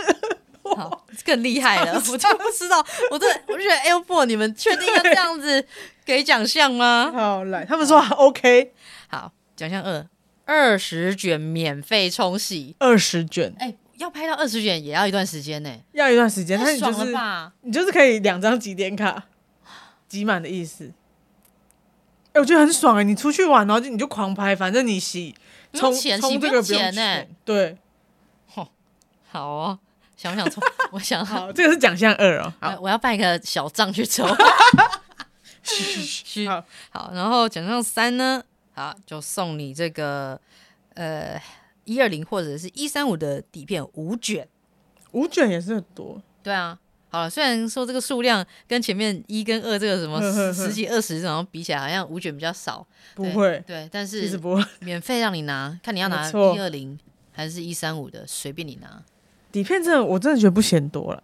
S1: 好，更厉害 了！我都不知道，我都我觉得 L Four，你们确定要这样子给奖项吗？
S2: 好来，他们说 OK，
S1: 好，奖项二，二十卷免费冲洗。
S2: 二十卷
S1: 哎、要拍到二十卷也要一段时间呢、
S2: 要一段时间，但
S1: 太
S2: 是你就
S1: 爽了
S2: 是
S1: 吧？
S2: 你就是可以两张几点卡，集满的意思。哎、我觉得很爽哎、你出去玩，然后就你就狂拍，反正你洗
S1: 不用
S2: 充
S1: 钱洗
S2: 充
S1: 不
S2: 这
S1: 用
S2: 个不
S1: 钱
S2: 用
S1: 欸
S2: 对，
S1: 好哦，想不想冲？ 我想好，
S2: 好，这个是奖项二哦。
S1: 我
S2: 好，
S1: 我要办一个小账去抽。 嘘
S2: 好
S1: 好，然后奖项三呢？好，就送你这个呃一二零或者是一三五的底片五卷。
S2: 五卷也是很多，
S1: 对啊，好了，虽然说这个数量跟前面一跟二这个什么
S2: 呵呵呵
S1: 十十几二十然后比起来，好像五卷比较少，
S2: 不
S1: 对
S2: 会，
S1: 对，但
S2: 其实
S1: 是
S2: 不会。
S1: 免费让你拿，看你要拿
S2: 没
S1: 一
S2: 错
S1: 二零还是一三五的，随便你拿。
S2: 底片真的，我真的觉得不嫌多了，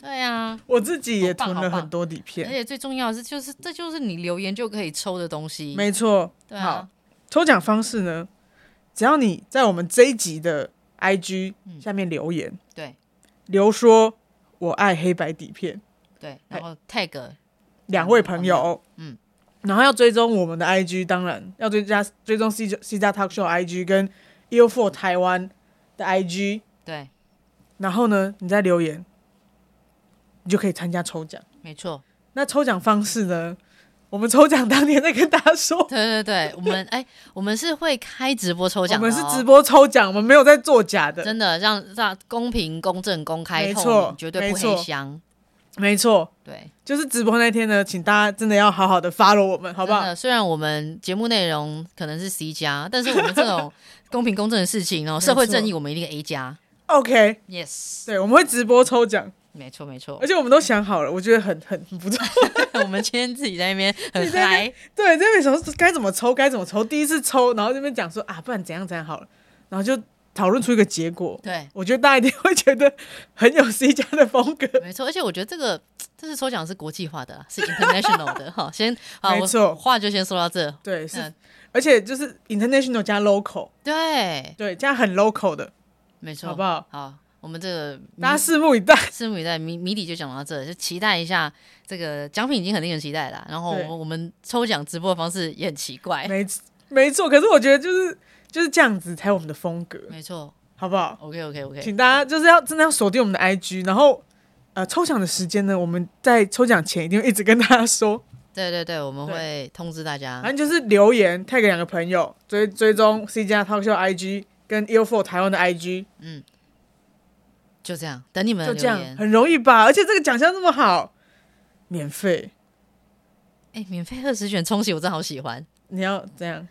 S1: 对啊，
S2: 我自己也
S1: 好棒
S2: 囤
S1: 好
S2: 了
S1: 棒
S2: 很多底
S1: 而
S2: 片。
S1: 且最重要的是，就是这就是你留言就可以抽的东西。
S2: 没错，
S1: 哎对
S2: 好
S1: 啊，，
S2: 抽奖方式呢，只要你在我们这一集的 IG
S1: 嗯
S2: 下面留言，
S1: 对
S2: 留说我爱黑白底片。
S1: 对，
S2: 哎
S1: 然后 tag
S2: 两位朋友，嗯
S1: 嗯，
S2: 然后要追踪我们的 IG，当然要追加追踪 C 加 C 加 Talk Show IG 跟 U Four 台湾的 IG，
S1: 对，
S2: 然后呢，你再留言，你就可以参加抽奖。
S1: 没错，
S2: 那抽奖方式呢？我们抽奖当天再跟大家说。
S1: 对对对，我们哎， 我们是会开直播抽
S2: 我
S1: 奖的
S2: 们
S1: 哦，
S2: 是直播抽奖，我们没有在作假的，
S1: 真的让让公平、公正、公开、
S2: 没
S1: 透
S2: 错
S1: 明，绝对
S2: 没
S1: 不
S2: 错
S1: 黑箱。
S2: 没错。
S1: 对，
S2: 就是直播那天呢，请大家真的要好好的 follow 我们，好不
S1: 真
S2: 好？
S1: 的？虽然我们节目内容可能是 C 加，但是我们这 种公平公正的事情哦，
S2: 错
S1: 社会正义我们一定 A 加。
S2: ？OK，
S1: Yes，
S2: 对，我们会直播抽奖，
S1: 没错没错
S2: 而。且我们都想好了，我觉得很很很不错。
S1: 我们今天自己在那 边很
S2: 己在那
S1: 嗨
S2: 边，对，这边想说该怎么抽，该怎么抽。第一次抽，然后这边讲说啊，不然怎样怎样好了，然后就讨论出一个结果。
S1: 对，
S2: 我觉得大家一定会觉得很有 C 加的风格，
S1: 没错。而且我觉得这个这次抽奖是国际化的啦，啊是 international 的哈。先好，
S2: 没
S1: 我
S2: 错
S1: 话就先说到这。
S2: 对，是，
S1: 嗯
S2: 而且就是 international 加 local，
S1: 对，
S2: 对，这样很 local 的，
S1: 没错，嗯
S2: 好不？好？
S1: 好，我们这个迷
S2: 大家拭目以待。
S1: 拭目以待，谜谜底就讲到这，就期待一下这个奖品已经很令人期待了。然后我
S2: 对
S1: 们我们抽奖直播的方式也很奇怪，
S2: 没没错，可是我觉得就是就是这样子才有我们的风格，
S1: 没错。
S2: 好不好？
S1: OK OK OK，
S2: 请大家就是要真的要锁定我们的 IG，然后呃，抽奖的时间呢，我们在抽奖前一定会一直跟大家说。
S1: 对对对，我们
S2: 对
S1: 会通知大家。
S2: 反正就是留言 tag 两个朋友，追追踪 C 加 Talk Show IG 跟 U Four 台湾的 IG，
S1: 嗯，就这样，等你们
S2: 就
S1: 的
S2: 这
S1: 留
S2: 样
S1: 言。
S2: 很容易吧？而且这个奖项这么好，免费，
S1: 哎、免费二十卷冲洗，我真的好喜欢。
S2: 你要这样？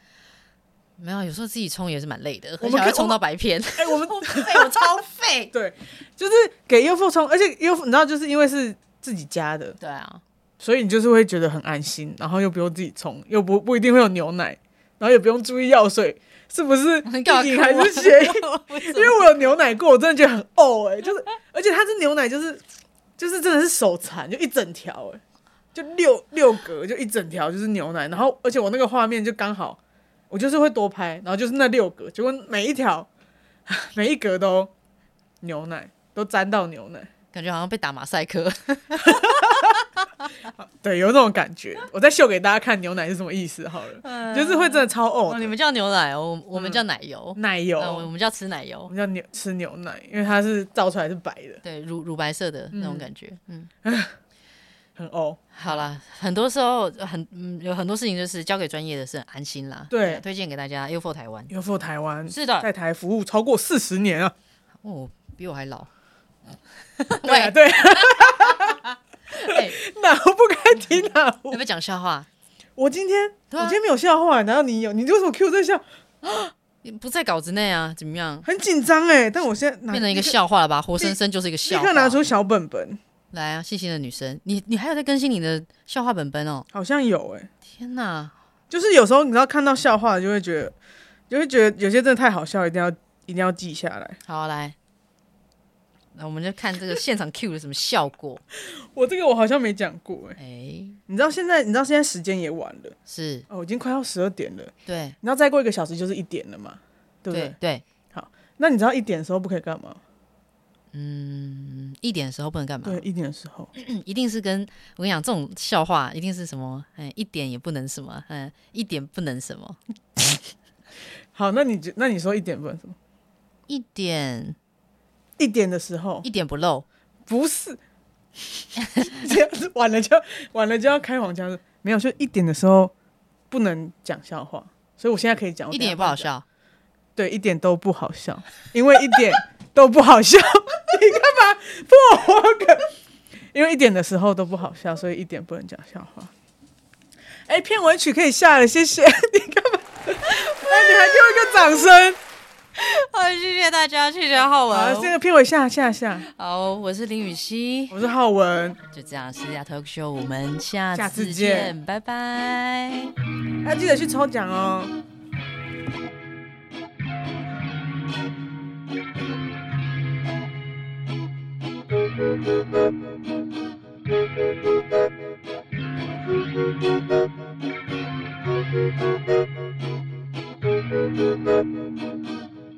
S1: 没有，有时候自己冲也是蛮累的，
S2: 我
S1: 而
S2: 们
S1: 且
S2: 可
S1: 要
S2: 以
S1: 冲到白 天，
S2: 哎、我们
S1: 费我超费。
S2: 对，就是给优父冲，而且优父你知道，就是因为是自己家的，
S1: 对 啊，
S2: 所以你就是会觉得很安心，然后又不用自己冲，又不不一定会有牛奶，然后也不用注意药水是不是
S1: 你干嘛
S2: 意淫
S1: 看
S2: 还
S1: 我
S2: 是邪淫， 因为我有牛奶过，我真的觉得很呕哎、就是而且它这牛奶就是就是真的是手残，就一整条哎、就六六格就一整条就是牛奶，然后而且我那个画面就刚好，我就是会多拍，然后就是那六格，结果每一条 每一格都牛奶都沾到牛奶。
S1: 感觉好像被打马赛克。
S2: 对，有那种感觉。我再秀给大家看牛奶是什么意思好了，就是会真的超呕
S1: 嗯 哦，
S2: 的、
S1: 你们叫牛奶哦，我
S2: 嗯
S1: 我们叫奶油，
S2: 奶油，
S1: 呃我我们叫吃奶
S2: 我
S1: 油，
S2: 们叫牛吃牛奶，因为它是造出来是白的，
S1: 对，乳乳白色的那种感觉。嗯，
S2: 很呕。
S1: 好啦，很多时候很嗯有很多事情就是交给专业的是很安心啦。
S2: 对
S1: 推荐给大家 UFO 台湾。
S2: 又赴台湾，
S1: 是的
S2: 在台服务超过四十年 啊！
S1: 哦，比我还 老。
S2: 对啊，
S1: 喂，
S2: 对啊，
S1: 哎
S2: 哪壶不开提哪
S1: 要
S2: 壶。
S1: 不要讲笑话？
S2: 我今天、
S1: 对
S2: 我
S1: 啊
S2: 今天没有笑话，然后你有，你为什么 Q 这笑？
S1: 你不在稿子内啊？怎么样？
S2: 很紧张哎，但我现在拿
S1: 变成一个
S2: 立刻
S1: 笑话了吧？活生生就是一个
S2: 立
S1: 笑话。
S2: 刻拿出小本本，
S1: 来啊，细心的女生，你你还有在更新你的笑话本本哦？
S2: 好像有哎，
S1: 天哪，
S2: 就是有时候你知道看到笑话就会觉得，就会觉得有些真的太好笑，一定要一定要记下来。
S1: 好、来，那我们就看这个现场 Q 的什么效果。
S2: 我这个我好像没讲过哎、
S1: 哎、
S2: 你知道现在你知道现在时间也晚了
S1: 是
S2: 哦，已经快要十二点了。
S1: 对
S2: 你知道再过一个小时就是一点了嘛，对不对？
S1: 对对，
S2: 那你知道一点的时候不可以干嘛？
S1: 嗯，一点的时候不能干嘛
S2: 对，？一点的时候，
S1: 一定是跟我跟你讲，这种笑话一定是什么？哎，一点也不能什么，嗯，一点不能什么，
S2: 好，那你就那你说一点不能什么？
S1: 一点
S2: 一点的时候
S1: 一点不漏。
S2: 不是， 这样子晚了就晚了就要开黄腔了，没有，就一点的时候不能讲笑话，所以我现在可以讲，我
S1: 一点也不
S2: 等
S1: 好
S2: 一下讲，
S1: 笑。
S2: 对，一点都不好笑，因为一点都不好笑， 你干嘛破我梗？因为一点的时候都不好笑，所以一点不能讲笑话。哎、片尾曲可以下了，谢谢。 你干 嘛？哎、你还给我一个掌声！
S1: 好，谢谢大家，谢谢浩
S2: 好，这个片尾下下下，
S1: 好，我是林雨熙，
S2: 我是浩文，
S1: 就这样，私下 talk show，我们下
S2: 下次
S1: 次
S2: 见
S1: 见，拜拜。
S2: 要哎记得去抽奖哦。